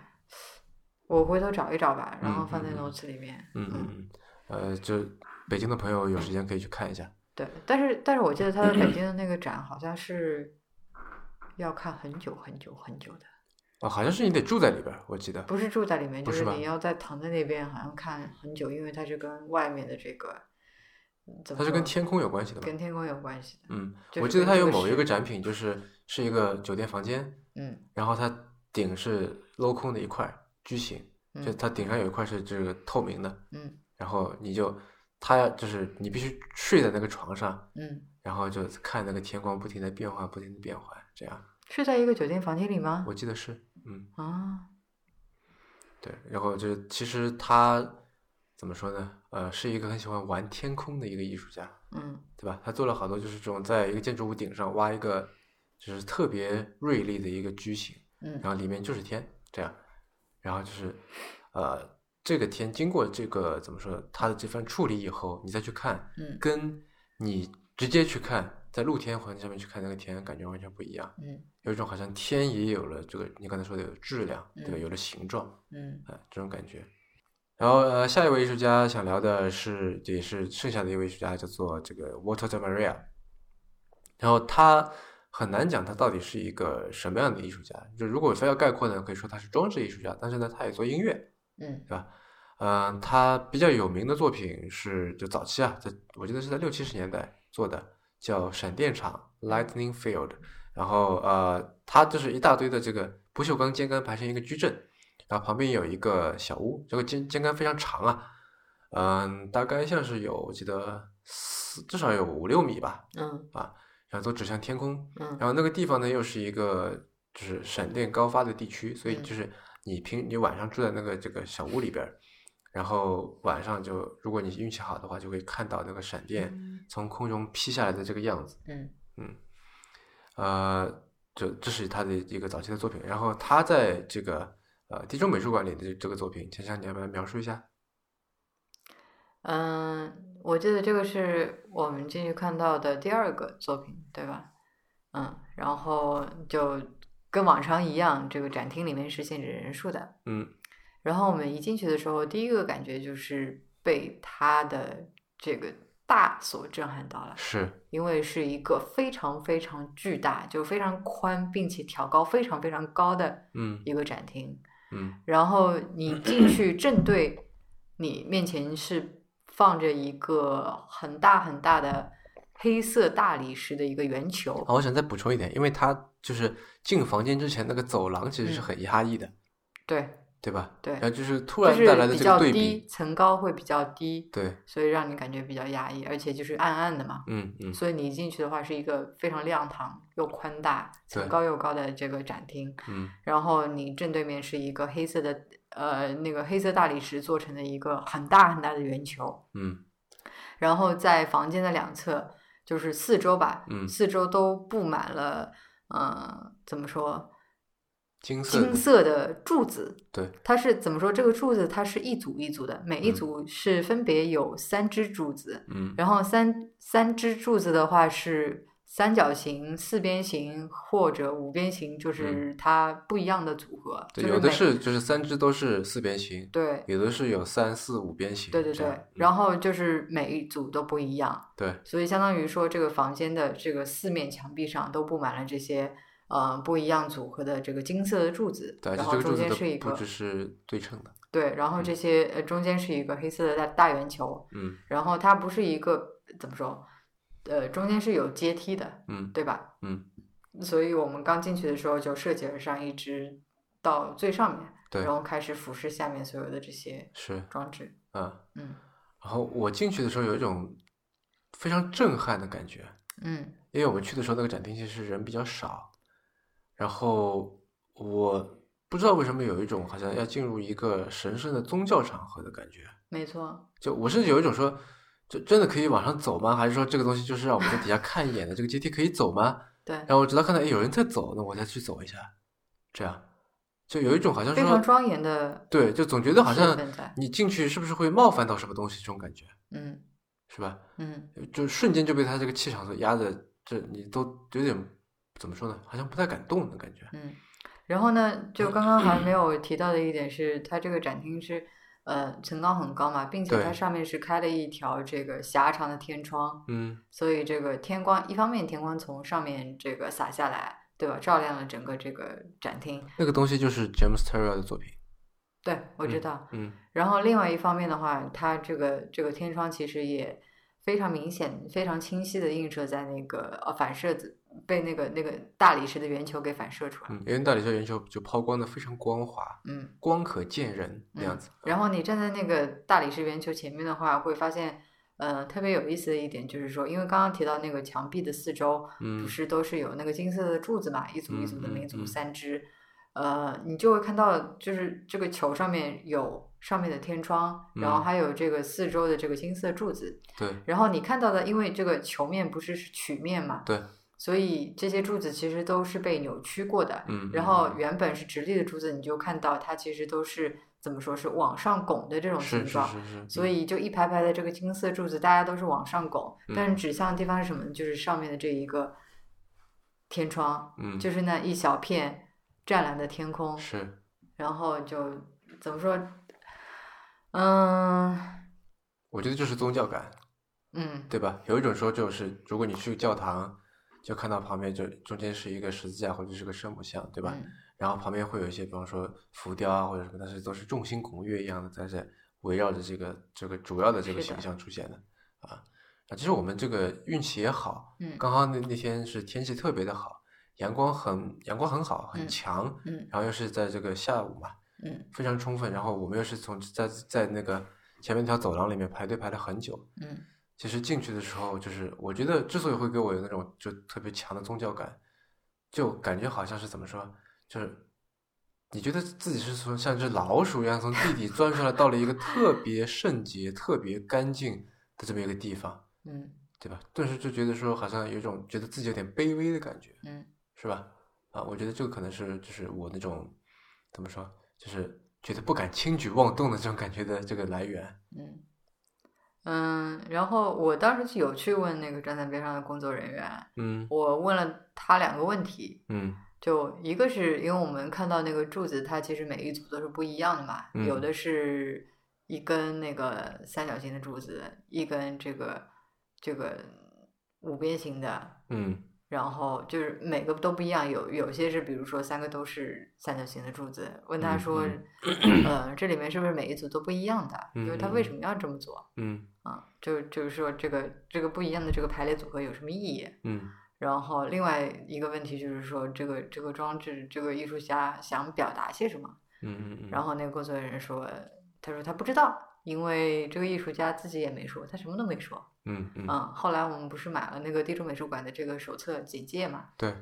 我回头找一找吧，然后放在
嗯嗯嗯
notes 里面。
嗯嗯嗯，呃，就北京的朋友有时间可以去看一下。
对，但是但是我记得他在北京的那个展好像是要看很久很久很久的，
哦，好像是你得住在里边儿，我记得。
不是住在里面，
不
就是是
吧
你要在躺在那边，好像看很久，因为它是跟外面的这个，嗯怎么
它是跟
说
天空有关系的吗？
跟天空有关系的。
嗯，
就是
我记得
跟
它
这
有
个
某一
时
个展品，就是是一个酒店房间，
嗯
然后它顶是镂空的一块矩形，就
嗯
它顶上有一块是这个透明的，
嗯
然后你就它就是你必须睡在那个床上，
嗯，
然后就看那个天光不停的变换，不停的变换，这样
是在一个酒店房间里吗？
我记得是，嗯，
啊，
对，然后就是其实他怎么说呢？呃，是一个很喜欢玩天空的一个艺术家，
嗯
对吧？他做了好多就是这种在一个建筑物顶上挖一个就是特别锐利的一个矩形，
嗯
然后里面就是天这样，然后就是呃这个天经过这个怎么说他的这番处理以后，你再去看，
嗯
跟你直接去看在露天环境下面去看那个天感觉完全不一样，
嗯
有一种好像天也有了这个你刚才说的有质量，对吧？
嗯
有了形状，
嗯
啊，这种感觉。然后呃，下一位艺术家想聊的是，也是剩下的一位艺术家，叫做这个 Walter de Maria。然后他很难讲他到底是一个什么样的艺术家。就如果非要概括呢，可以说他是装置艺术家，但是呢，他也做音乐。
嗯
嗯、他比较有名的作品是就早期啊，在我记得是在六七十年代做的，叫《闪电场》（Lightning Field）。然后呃，它就是一大堆的这个不锈钢尖杆排成一个矩阵，然后旁边有一个小屋，这个尖尖杆非常长啊，嗯、大概像是有我记得四至少有五六米吧，
嗯
然后都指向天空。
嗯
然后那个地方呢，又是一个就是闪电高发的地区，所以就是你平你晚上住在那个这个小屋里边儿，然后晚上就如果你运气好的话，就会看到那个闪电
嗯
从空中劈下来的这个样子。
嗯
呃，这这是他的一个早期的作品。然后他在这个呃地中美术馆里的这这个作品，强强你要不要描述一下？
嗯，我记得这个是我们进去看到的第二个作品，对吧？嗯，然后就跟往常一样，这个展厅里面是限制人数的。
嗯
然后我们一进去的时候，第一个感觉就是被它的这个大所震撼到了。
是，
因为是一个非常非常巨大，就是非常宽，并且挑高非常非常高的
嗯
一个展厅。
嗯
然后你 进去正对你面前是放着一个很大很大的黑色大理石的一个圆球。
好，我想再补充一点，因为他就是进房间之前那个走廊其实是
嗯
很压抑的，
对
对吧？
对
然，后就是突
就
然带
是
来的
比
这个
较
对比
低，，层高会比较低，
对，
所以让你感觉比较压抑，而且就是暗暗的嘛。
嗯嗯
所以你一进去的话，是一个非常亮堂又宽大、层
对
高又高的这个展厅。
嗯
然后你正对面是一个黑色的呃那个黑色大理石做成的一个很大很大的圆球，
嗯
然后在房间的两侧就是四周吧，
嗯，
四周都布满了呃怎么说
金色
金
的，
色的柱子，
对，
它是怎么说这个柱子它是一组一组的，每一
嗯
组是分别有三支柱子，
嗯
然后三三支柱子的话是。三角形、四边形或者五边形，就是它不一样的组合。
嗯对，
就是
有的
每
是就是三只都是四边形，
对
有的是有三四五边形，
对对
这
对
样，
然
嗯
后就是每一组都不一样，
对，
所以相当于说这个房间的这个四面墙壁上都布满了这些呃不一样组合的这个金色的柱子，
对，而
然
且这
后
个
中
柱子
间是一
的布
个
置是对称的，
对，然后
嗯
这些呃中间是一个黑色的大大圆球，
嗯
然后它不是一个怎么说，呃，中间是有阶梯的，
嗯
对吧？
嗯，
所以我们刚进去的时候就涉级而上，一直到最上面，
对
然，后开始俯视下面所有的这些
是，
装置。
嗯。
嗯
然后我进去的时候有一种非常震撼的感觉，
嗯
因为我们去的时候那个展厅其实人比较少，然后我不知道为什么有一种好像要进入一个神圣的宗教场合的感觉，
没错，
就我甚至有一种说，就真的可以往上走吗？还是说这个东西就是让我们在底下看一眼的，这个阶梯可以走吗？
对，
然后我直到看到哎有人在走，那我再去走一下，这样就有一种好像
非常
说
庄严的
对，就总觉得好
气
像
氛在。
你进去是不是会冒犯到什么东西这种感觉，
嗯
是吧？
嗯
就瞬间就被他这个气场所压的，这你都有点怎么说呢？好像不太敢动的感觉。
嗯。然后呢，就刚刚
嗯
还没有提到的一点是，它这个展厅是呃层高很高嘛，并且
对
它上面是开了一条这个狭长的天窗。
嗯，
所以这个天光，一方面天光从上面这个洒下来，对吧？照亮了整个这个展厅。
那个东西就是 James Terry 的作品。
对，我知道。
嗯
然后另外一方面的话，它这个这个天窗其实也非常明显、非常清晰的映射在那个呃反射子被那个那个大理石的圆球给反射出来。
嗯，因为大理石圆球就抛光的非常光滑，
嗯，
光可见人那样子。
然后你站在那个大理石圆球前面的话，会发现。呃，特别有意思的一点就是说，因为刚刚提到那个墙壁的四周，
嗯
不是都是有那个金色的柱子嘛，一组一组的，
嗯嗯
每
嗯
组三只，呃，你就会看到就是这个球上面有上面的天窗，然后
嗯
还有这个四周的这个金色柱子，
对
然后你看到的，因为这个球面不是是曲面嘛，
对，
所以这些柱子其实都是被扭曲过的，
嗯。
然后
嗯
原本是直立的柱子，你就看到它其实都是怎么说是往上拱的这种
是
形
是
状，
是嗯是，
所以就一排排的这个金色柱子，大家都是往上拱，
嗯
但是指向的地方是什么呢？就是上面的这一个天窗，
嗯
就是那一小片湛蓝的天空，
是
然后就怎么说？嗯
我觉得就是宗教感，
嗯，
对吧？有一种说就是，如果你去教堂，就看到旁边就中间是一个十字架或者是个圣母像，对吧？
嗯
然后旁边会有一些，比方说浮雕啊或者什么，但是都是众星拱月一样的，但是围绕着这个这个主要的这个
是的
形象出现的啊啊！其实我们这个运气也好，
嗯
刚好那那天是天气特别的好，阳光很阳光很好，很
嗯
强，
嗯
然后又是在这个下午嘛，
嗯
非常充分，然后我们又是从在在那个前面一条走廊里面排队排了很久。
嗯
其实进去的时候，就是我觉得之所以会给我有那种就特别强的宗教感，就感觉好像是怎么说，就是你觉得自己是从像只老鼠一样从地底钻出来，到了一个特别圣洁、特别干净的这么一个地方，
嗯
对吧？顿时就觉得说好像有一种觉得自己有点卑微的感觉，
嗯
是吧？啊，我觉得这个可能是就是我那种怎么说，就是觉得不敢轻举妄动的这种感觉的这个来源。
嗯嗯，然后我当时有去问那个站在边上的工作人员，
嗯
我问了他两个问题，
嗯
就一个是因为我们看到那个柱子，它其实每一组都是不一样的嘛，
嗯
有的是一根那个三角形的柱子，一根这个这个五边形的，
嗯
然后就是每个都不一样，有有些是比如说三个都是三角形的柱子，问他
嗯
说，呃，这里面是不是每一组都不一样的？就是他
嗯
为
嗯
什么要这么做
嗯
啊？就就是说这个这个不一样的这个排列组合有什么意义？
嗯
然后另外一个问题就是说，这个这个装置，这个艺术家想表达些什么？
嗯嗯，
然
后
后那个工作人员说，他说他不知道，因为这个艺术家自己也没说，他什么都没说。
嗯嗯
嗯，后来我们不是买了那个地中美术馆的这个手册简介嘛？
对，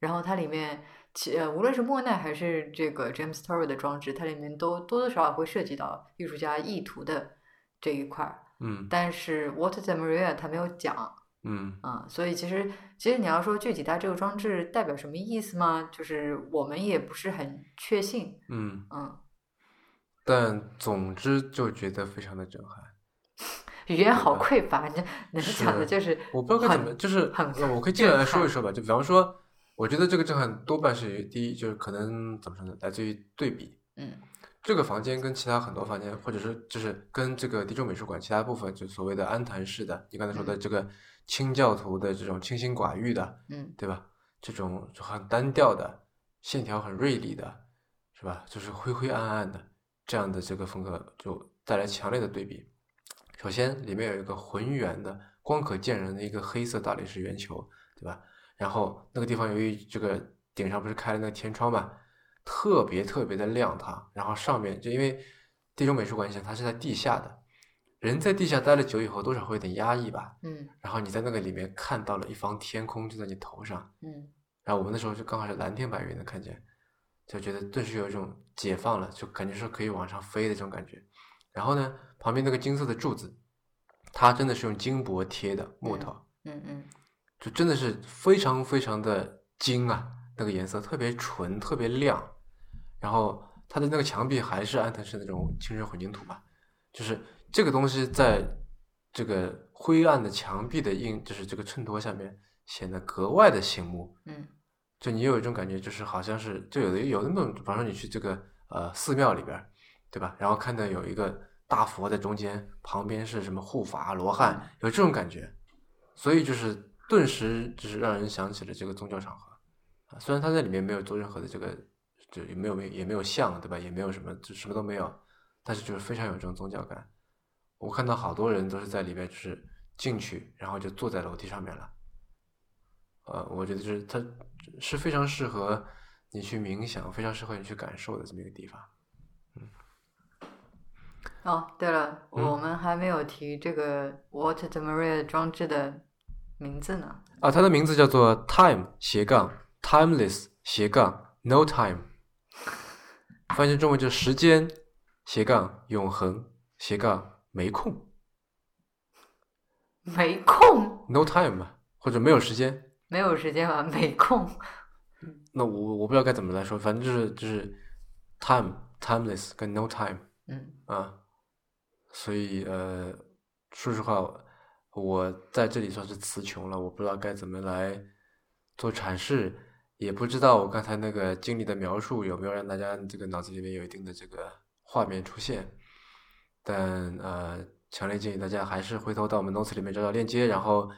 然后它里面，其呃，无论是莫奈还是这个 James Turrell 的装置，它里面都多多少少会涉及到艺术家意图的这一块儿。
嗯
但是 Water de Maria 他没有讲，
嗯
啊、所以其实其实你要说具体它这个装置代表什么意思吗？就是我们也不是很确信，
嗯，
嗯，
但总之就觉得非常的震撼。
语言好
对吧
匮乏，这 能讲
是
的就是
我不知道该怎么，
很
就是
很
那我可以进来
震
说一
撼
说吧。就比方说，我觉得这个震撼多半是第一，就是可能怎么说呢，来自于对比。
嗯
这个房间跟其他很多房间，或者是就是跟这个地中美术馆其他部分，就所谓的安坛式的，你刚才说的这个清教徒的这种清心寡欲的，
嗯
对吧？这种就很单调的，线条很锐利的，是吧？就是灰灰暗暗的这样的这个风格，就带来强烈的对比。首先，里面有一个浑圆的、光可见人的一个黑色大理石圆球，对吧？然后那个地方由于这个顶上不是开了那个天窗嘛，特别特别的亮堂。然后上面就因为地中美术馆，你想它是在地下的，人在地下待了久以后，多少会有点压抑吧。
嗯
然后你在那个里面看到了一方天空就在你头上，
嗯
然后我们那时候就刚好是蓝天白云的看见，就觉得顿时有一种解放了，就感觉是可以往上飞的这种感觉。然后呢，旁边那个金色的柱子，它真的是用金箔贴的木头，
嗯嗯
就真的是非常非常的金啊，那个颜色特别纯，特别亮。然后它的那个墙壁还是安藤市那种清水混凝土嘛，就是这个东西在这个灰暗的墙壁的映，就是这个衬托下面显得格外的醒目。
嗯
就你有一种感觉，就是好像是就有的有的那种，比方说你去这个呃寺庙里边儿，对吧？然后看到有一个大佛在中间，旁边是什么护法罗汉，有这种感觉，所以就是顿时就是让人想起了这个宗教场合啊。虽然他在里面没有做任何的这个，就也没有没有也没有像，对吧？也没有什么就什么都没有，但是就是非常有这种宗教感。我看到好多人都是在里边，就是进去，然后就坐在楼梯上面了。呃，我觉得就是它是非常适合你去冥想，非常适合你去感受的这么一个地方。
哦，对了，
嗯
我们还没有提这个 Water de Maria 装置的名字呢。
啊，它的名字叫做 Time 斜杠 Timeless 斜杠 No Time，翻译成中文就是时间斜杠永恒斜杠没空
没空，
No Time 嘛，或者没有时间。
没有时间吧？没空。
那我我不知道该怎么来说，反正就是就是 Time Timeless 跟 No Time。
嗯
啊，所以呃，说实话，我在这里算是词穷了，我不知道该怎么来做阐释，也不知道我刚才那个经历的描述有没有让大家这个脑子里面有一定的这个画面出现，但呃，强烈建议大家还是回头到我们 notes 里面找找链接，然后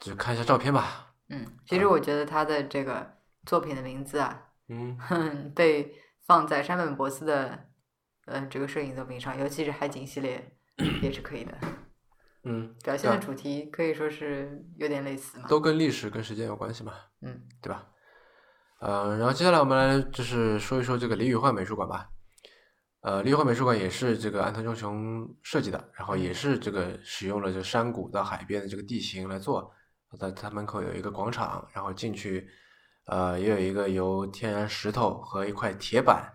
就看一下照片吧。
嗯，其实我觉得他的这个作品的名字啊，
嗯，
哼，被放在山本博司的呃这个摄影作品上，尤其是海景系列也是可以的。
嗯，
表现的
对
主题可以说是有点类似嘛。
都跟历史跟时间有关系嘛。
嗯
对吧？呃，然后接下来我们来就是说一说这个李宇焕美术馆吧。呃，李宇焕美术馆也是这个安藤忠雄设计的，然后也是这个使用了这山谷到海边的这个地形来做。在它门口有一个广场，然后进去，呃，也有一个由天然石头和一块铁板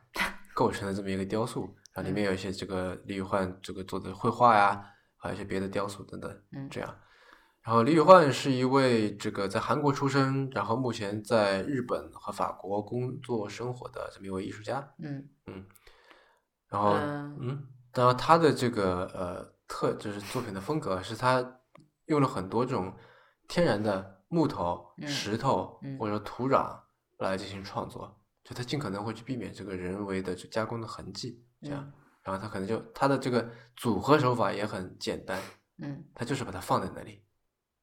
构成的这么一个雕塑，然后里面有一些这个李宇焕这个做的绘画呀，还有一些别的雕塑等等。
嗯
这样。然后李宇焕是一位这个在韩国出生，然后目前在日本和法国工作生活的这么一位艺术家。
嗯
然后，
嗯
嗯，然后他的这个呃特就是作品的风格是他用了很多种天然的木头、
嗯
石头
嗯
或者说土壤来进行创作，就他尽可能会去避免这个人为的就加工的痕迹，这
嗯
样。然后他可能就他的这个组合手法也很简单，
嗯，
他就是把它放在那里。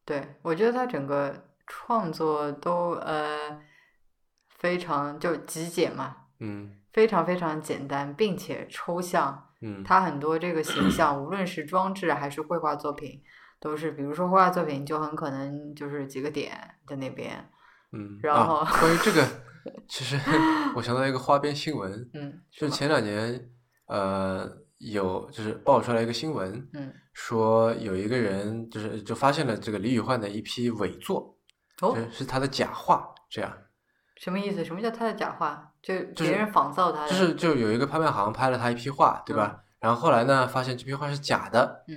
对，我觉得他整个创作都呃非常就极简嘛，
嗯
非常非常简单，并且抽象。
嗯，
他很多这个形象，无论是装置还是绘画作品，都是比如说绘画作品就很可能就是几个点在那边，
嗯，
然
啊
后
关于这 个，其实我想到一个花边新闻，
嗯，
就是是
吗
前两年，呃，有就是爆出来一个新闻，
嗯
说有一个人就是就发现了这个李宇焕的一批伪作，就
哦
是，是他的假画，这样，
什么意思？什么叫他的假画？就
就是
别人仿造他的，
就是就有一个拍卖行拍了他一批画，对吧？然后后来呢，发现这批画是假的，
嗯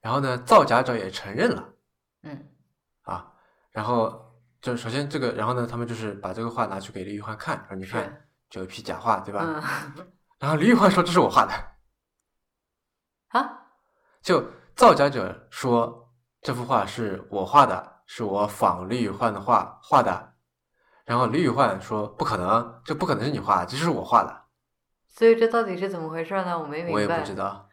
然后呢，造假者也承认了。
嗯
啊，然后就首先这个，然后呢，他们就是把这个画拿去给李玉焕看，然后你看
是
就有一批假画，对吧？
嗯
然后李玉焕说这是我画的，
啊
就造假者说这幅画是我画的，是我仿李宇焕的画画的，然后李宇焕说不可能，这不可能是你画的，这是我画的，
所以这到底是怎么回事呢？我没明白。
我也不知 道。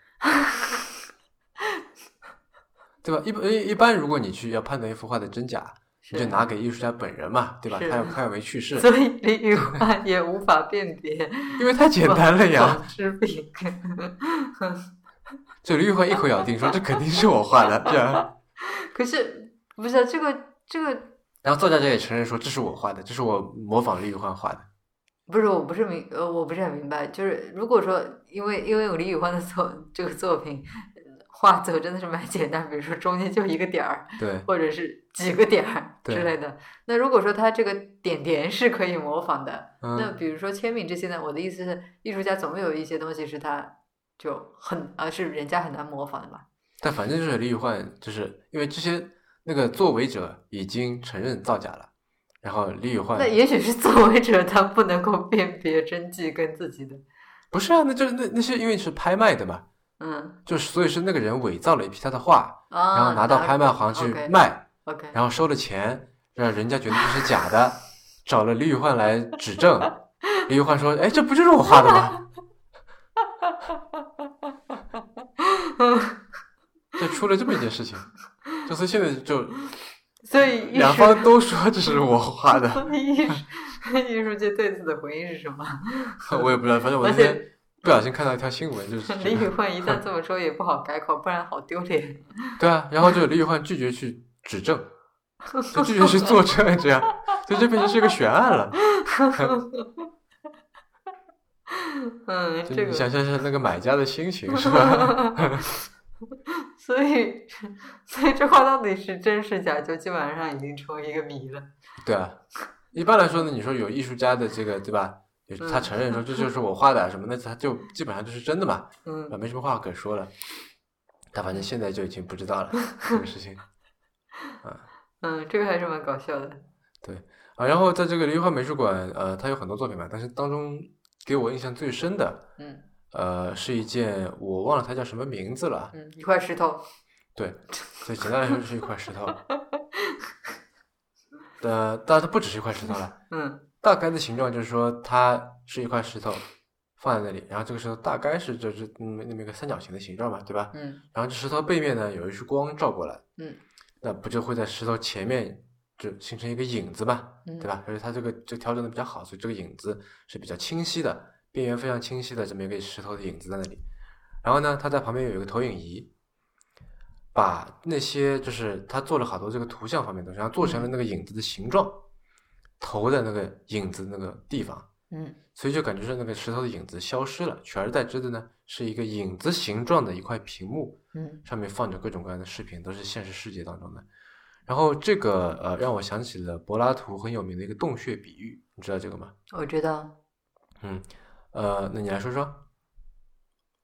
对吧？一般一一般，如果你去要判断一幅画的真假，
是
你就拿给艺术家本人嘛，对吧？
是
他又他又没去世，
所以李宇焕也无法辨别
因为太简单了呀。
仿制品。
就李玉焕一口咬定说这肯定是我画的，这样
可是不是啊这个这个
然后作家者也承认说这是我画的，这是我模仿李宇欢画的。
不是，我不是明，呃，我不是很明白，就是如果说，因为因为我李宇欢的作这个作品，画作真的是蛮简单，比如说中间就一个点儿，
对，
或者是几个点儿
对
之类的。那如果说他这个点点是可以模仿的，那
嗯，
比如说铅笔这些呢，我的意思是，艺术家总有一些东西是他就很呃是人家很难模仿的嘛。
但反正就是李宇焕，就是因为这些那个作为者已经承认造假了，然后李宇焕
那也许是作为者他不能够辨别真迹跟自己的，
不是啊，那就是那那些因为是拍卖的嘛，
嗯
就是所以是那个人伪造了一批他的画，
啊，
然后拿到拍卖行去
OK，
卖，
，OK，
然后收了钱，让人家觉得这是假的，找了李宇焕来指证，李宇焕说：“哎，这不就是我画的吗？”就出了这么一件事情，就所以现在就
所以艺
两
术
方都说这是我画的，
艺 术艺术界对此的回应是什么？
我也不知道，反正我那
而
天
且
不小心看到一条新闻，就是
李
这
宇
个
焕一旦这么说也不好改口，不然好丢 脸。
对啊，然后就李宇焕拒绝去指证，就拒绝去作证，这样， 所以这变成是一个悬案了。
嗯，
就
这
你想
个，
象一下那个买家的心情是吧？
所以所以这话到底是真是假，就基本上已经成为一个谜了。
对啊，一般来说呢，你说有艺术家的这个对吧？有他
嗯
承认说这就是我画的啊什么，那他就基本上就是真的嘛，啊，
嗯，
没什么话可说了。但反正现在就已经不知道了这个事情
嗯，这个还是蛮搞笑的。
啊。然后在这个梨花美术馆，呃，它有很多作品嘛，但是当中给我印象最深的，
嗯
呃，是一件我忘了它叫什么名字了，
嗯，一块石头，
对，所以简单来说就是一块石头。呃，当然它不只是一块石头了，
嗯
大概的形状就是说，它是一块石头放在那里，然后这个石头大概是就是嗯那么一个三角形的形状嘛，对吧？
嗯
然后这石头背面呢有一束光照过来，
嗯，
那不就会在石头前面就形成一个影子嘛，
嗯，
对？吧？而且它这个就调整的比较好，所以这个影子是比较清晰的，边缘非常清晰的这么一个石头的影子在那里。然后呢，它在旁边有一个投影仪，把那些就是他做了好多这个图像方面的东西，然后做成了那个影子的形状，投在那个影子那个地方，
嗯
所以就感觉是那个石头的影子消失了，取而代之的呢是一个影子形状的一块屏幕，
嗯
上面放着各种各样的视频，都是现实世界当中的。然后这个呃，让我想起了柏拉图很有名的一个洞穴比喻，你知道这个吗？
我知道，
呃，那你来说说，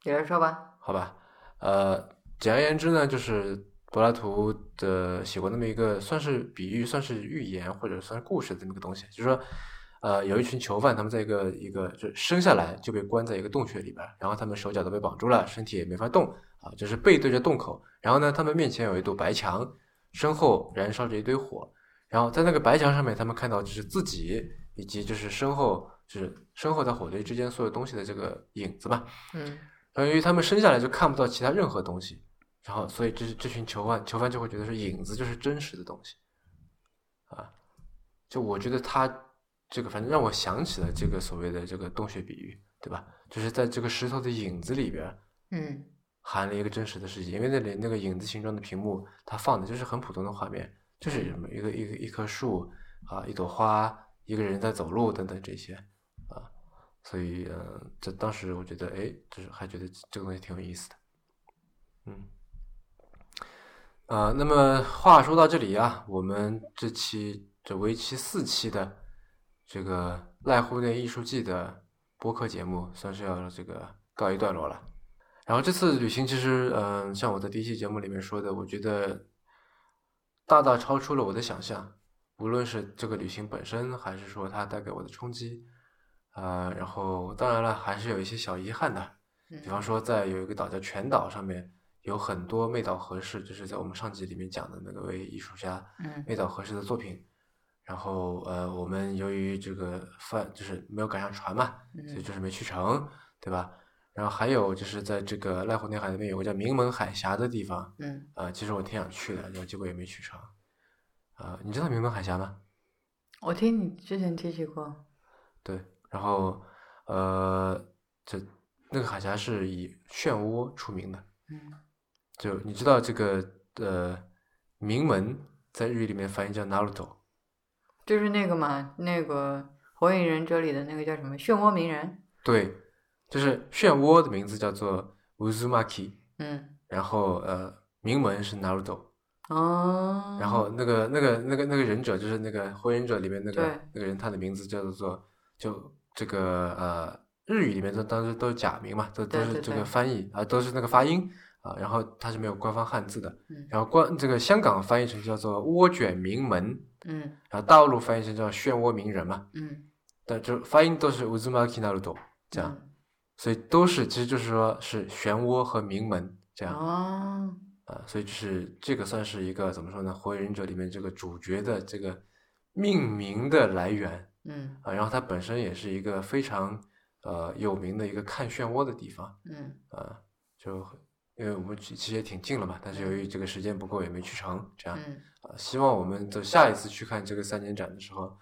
你来说吧。
好吧？呃，简而言之呢，就是柏拉图的写过那么一个算是比喻、算是寓言或者算是故事的这么一个东西，就是说，呃，有一群囚犯，他们在一个一个就生下来就被关在一个洞穴里边儿，然后他们手脚都被绑住了，身体也没法动啊，就是背对着洞口，然后呢，他们面前有一堵白墙，身后燃烧着一堆火，然后在那个白墙上面，他们看到就是自己以及就是身后就是身后在火堆之间所有东西的这个影子嘛，
嗯
然后由于他们生下来就看不到其他任何东西，然后所以这这群囚犯囚犯就会觉得是影子就是真实的东西，啊，就我觉得他这个反正让我想起了这个所谓的这个洞穴比喻，对吧？就是在这个石头的影子里边
嗯
含了一个真实的世界，因为那里那个影子形状的屏幕，它放的就是很普通的画面，就是什么一个一个一棵树啊，一朵花，一个人在走路等等这些啊，所以嗯、呃这当时我觉得哎，就是还觉得这个东西挺有意思的，嗯，啊、那么话说到这里啊，我们这期这为期四期的这个濑户内艺术季的播客节目，算是要这个告一段落了。然后这次旅行其实，嗯、像我在第一期节目里面说的，我觉得大大超出了我的想象，无论是这个旅行本身，还是说它带给我的冲击，呃，然后当然了，还是有一些小遗憾的，比方
嗯
说在有一个岛叫全岛上面，有很多妹岛和世，就是在我们上集里面讲的那个位艺术家，
嗯
味道合适的作品。然后呃，我们由于这个饭就是没有赶上船嘛，所以
嗯
就是没去成，对吧？然后还有就是在这个濑户内海那边有个叫名门海峡的地方，
嗯，
啊，其实我挺想去的，然后结果也没去成。啊，你知道名门海峡吗？
我听你之前提起过。
对，然后呃，这那个海峡是以漩涡出名的，
嗯
就你知道这个呃名门在日语里面翻译叫 Naruto，
就是那个嘛，那个《火影忍者》里的那个叫什么漩涡鸣人，
对，就是漩涡的名字叫做 Uzumaki，
嗯，
然后呃，名门是 Naruto，
哦，
然后那个那个那个那个忍者就是那个《火影忍者》里面那
对
个那个人，他的名字叫做就这个呃日语里面都当时都是假名嘛，都都
对
是
对
这
对
个翻译啊、都是那个发音啊、然后它是没有官方汉字的
嗯，
然后官这个香港翻译成叫做涡卷名门，
嗯
然后大陆翻译成叫漩涡鸣人嘛，
嗯，
但就发音都是 Uzumaki Naruto 这样，
嗯，
所以都是其实就是说是漩涡和名门这样。
哦，
啊，所以就是这个算是一个怎么说呢，《火影忍者》里面这个主角的这个命名的来源
嗯
啊，然后它本身也是一个非常呃有名的一个看漩涡的地方
嗯
啊，就因为我们其其实也挺近了嘛，但是由于这个时间不够也没去成，这样
嗯，
啊，希望我们的下一次去看这个三年展的时候，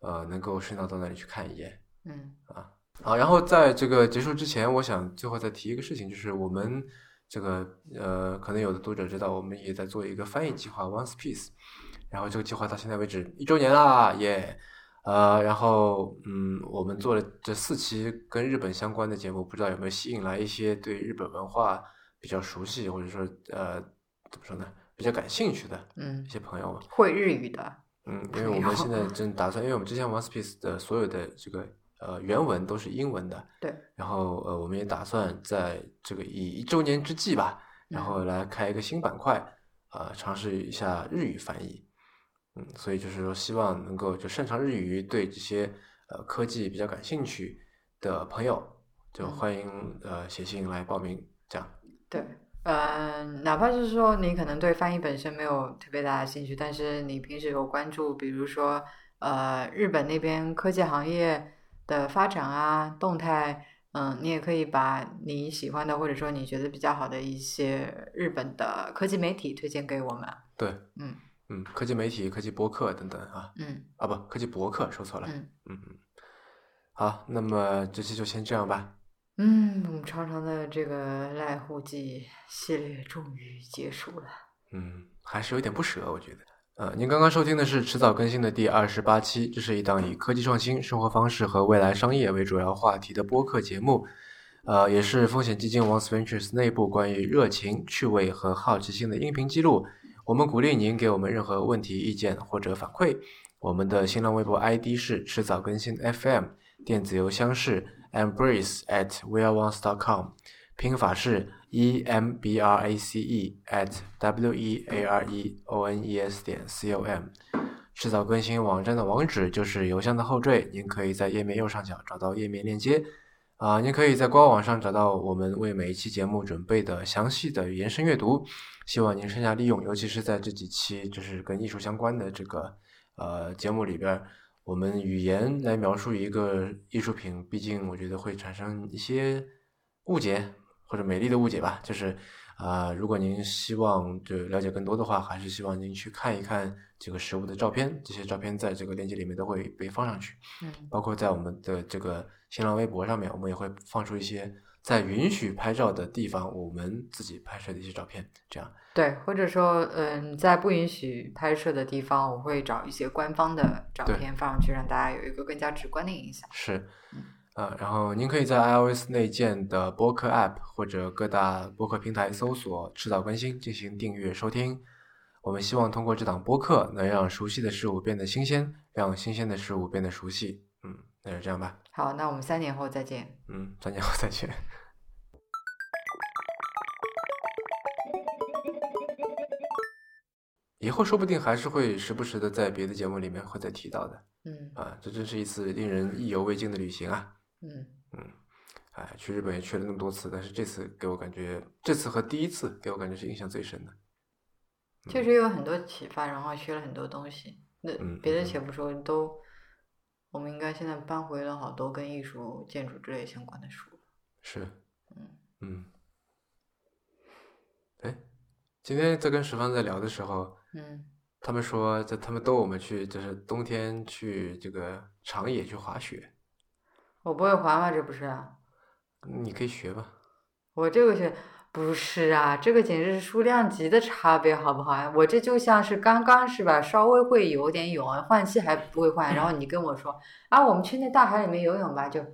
呃，能够顺道到那里去看一眼。
嗯
好，啊然后在这个结束之前，我想最后再提一个事情，就是我们这个呃，可能有的读者知道，我们也在做一个翻译计划 Once Piece，然后这个计划到现在为止一周年啦，耶、呃，然后嗯，我们做了这四期跟日本相关的节目，不知道有没有吸引来一些对日本文化比较熟悉，或者说呃怎么说呢，比较感兴趣的
嗯
一，些朋友吧。
会日语的，
嗯，因为我
朋友
们现在正打算，因为我们之前 One Piece 的所有的这个呃原文都是英文的，
对。
然后呃，我们也打算在这个以一周年之际吧，然后
嗯
来开一个新板块，啊、尝试一下日语翻译。嗯，所以就是说，希望能够就擅长日语，对这些呃科技比较感兴趣的朋友，就
嗯
欢迎呃写信来报名。这样，
对，呃，哪怕是说你可能对翻译本身没有特别大的兴趣，但是你平时有关注，比如说呃日本那边科技行业的发展啊、动态，嗯、你也可以把你喜欢的或者说你觉得比较好的一些日本的科技媒体推荐给我们。
对，
嗯
嗯，科技媒体、科技播客等等啊，
嗯
啊不，科技博客说错了，
嗯
嗯嗯。好，那么这期就先这样吧。
嗯，我们长长的这个濑户记系列终于结束了。
嗯，还是有点不舍，我觉得。呃，您刚刚收听的是迟早更新的第二十八期，这是一档以科技创新、生活方式和未来商业为主要话题的播客节目，呃，也是风险基金 Once Ventures 内部关于热情、趣味和好奇心的音频记录。我们鼓励您给我们任何问题、意见或者反馈。我们的新浪微博 ID 是迟早更新 FM，电子邮箱是 embrace at weareones.com。拼法是 e m b r a c e at w e a r e o n e s 点 c o m。迟早更新网站的网址就是邮箱的后缀，您可以在页面右上角找到页面链接。啊、您可以在官网上找到我们为每一期节目准备的详细的延伸阅读，希望您剩下利用，尤其是在这几期就是跟艺术相关的这个呃节目里边儿，我们语言来描述一个艺术品，毕竟我觉得会产生一些误解或者美丽的误解吧。就是啊、呃如果您希望就了解更多的话，还是希望您去看一看这个实物的照片，这些照片在这个链接里面都会被放上去。
嗯
包括在我们的这个新浪微博上面，我们也会放出一些在允许拍照的地方，我们自己拍摄的一些照片。这样，
对，或者说，嗯，在不允许拍摄的地方，我会找一些官方的照
对
片放上去，让大家有一个更加直观的印象。
是
嗯，
呃，然后您可以在 iOS 内建的播客 App 或者各大播客平台搜索“迟早更新”进行订阅收听。我们希望通过这档播客，能让熟悉的事物变得新鲜，让新鲜的事物变得熟悉。嗯，那就这样吧。
好，那我们三年后再见。
嗯，咱年后再见。以后说不定还是会时不时的在别的节目里面会再提到的
嗯
啊，这真是一次令人意犹未尽的旅行啊！
嗯
哎，去日本也去了那么多次，但是这次给我感觉，这次和第一次给我感觉是印象最深的。嗯
确实有很多启发，然后学了很多东西。那
嗯
别的
嗯
且不说，都我们应该现在搬回了好多跟艺术、建筑之类相关的书。
是，
嗯
嗯，哎，今天在跟石帆在聊的时候，
嗯
他们说，这他们逗我们去，就是冬天去这个长野去滑雪，
我不会滑吗？这不是？啊
你可以学吗？
我这个是不是啊，这个简直是数量级的差别，好不好？我这就像是刚刚是吧，稍微会有点泳，换气还不会换，然后你跟我说啊，我们去那大海里面游泳吧，就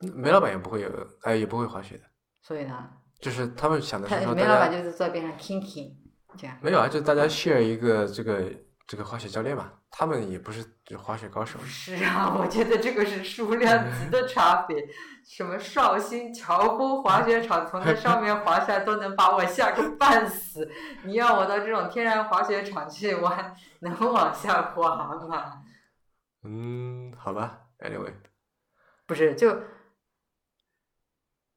梅老板也不会有，哎，也不会滑雪的，
所以呢，
就是他们想的
他
是说
梅
大家
老板就是坐边上 king king 这样，
没有啊，就大家 share 一个这个这个滑雪教练嘛，他们也不是滑雪高手
不，是啊，我觉得这个是数量级的差别，什么绍兴乔波滑雪场，从那上面滑下来都能把我吓个半死，你让我到这种天然滑雪场去，我还能往下滑吗？
嗯，好吧，anyway，
不是就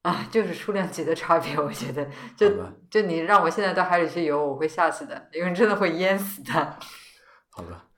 啊，就是数量级的差别，我觉得就
好吧
就你让我现在到海里去游，我会吓死的，因为真的会淹死的。
好吧，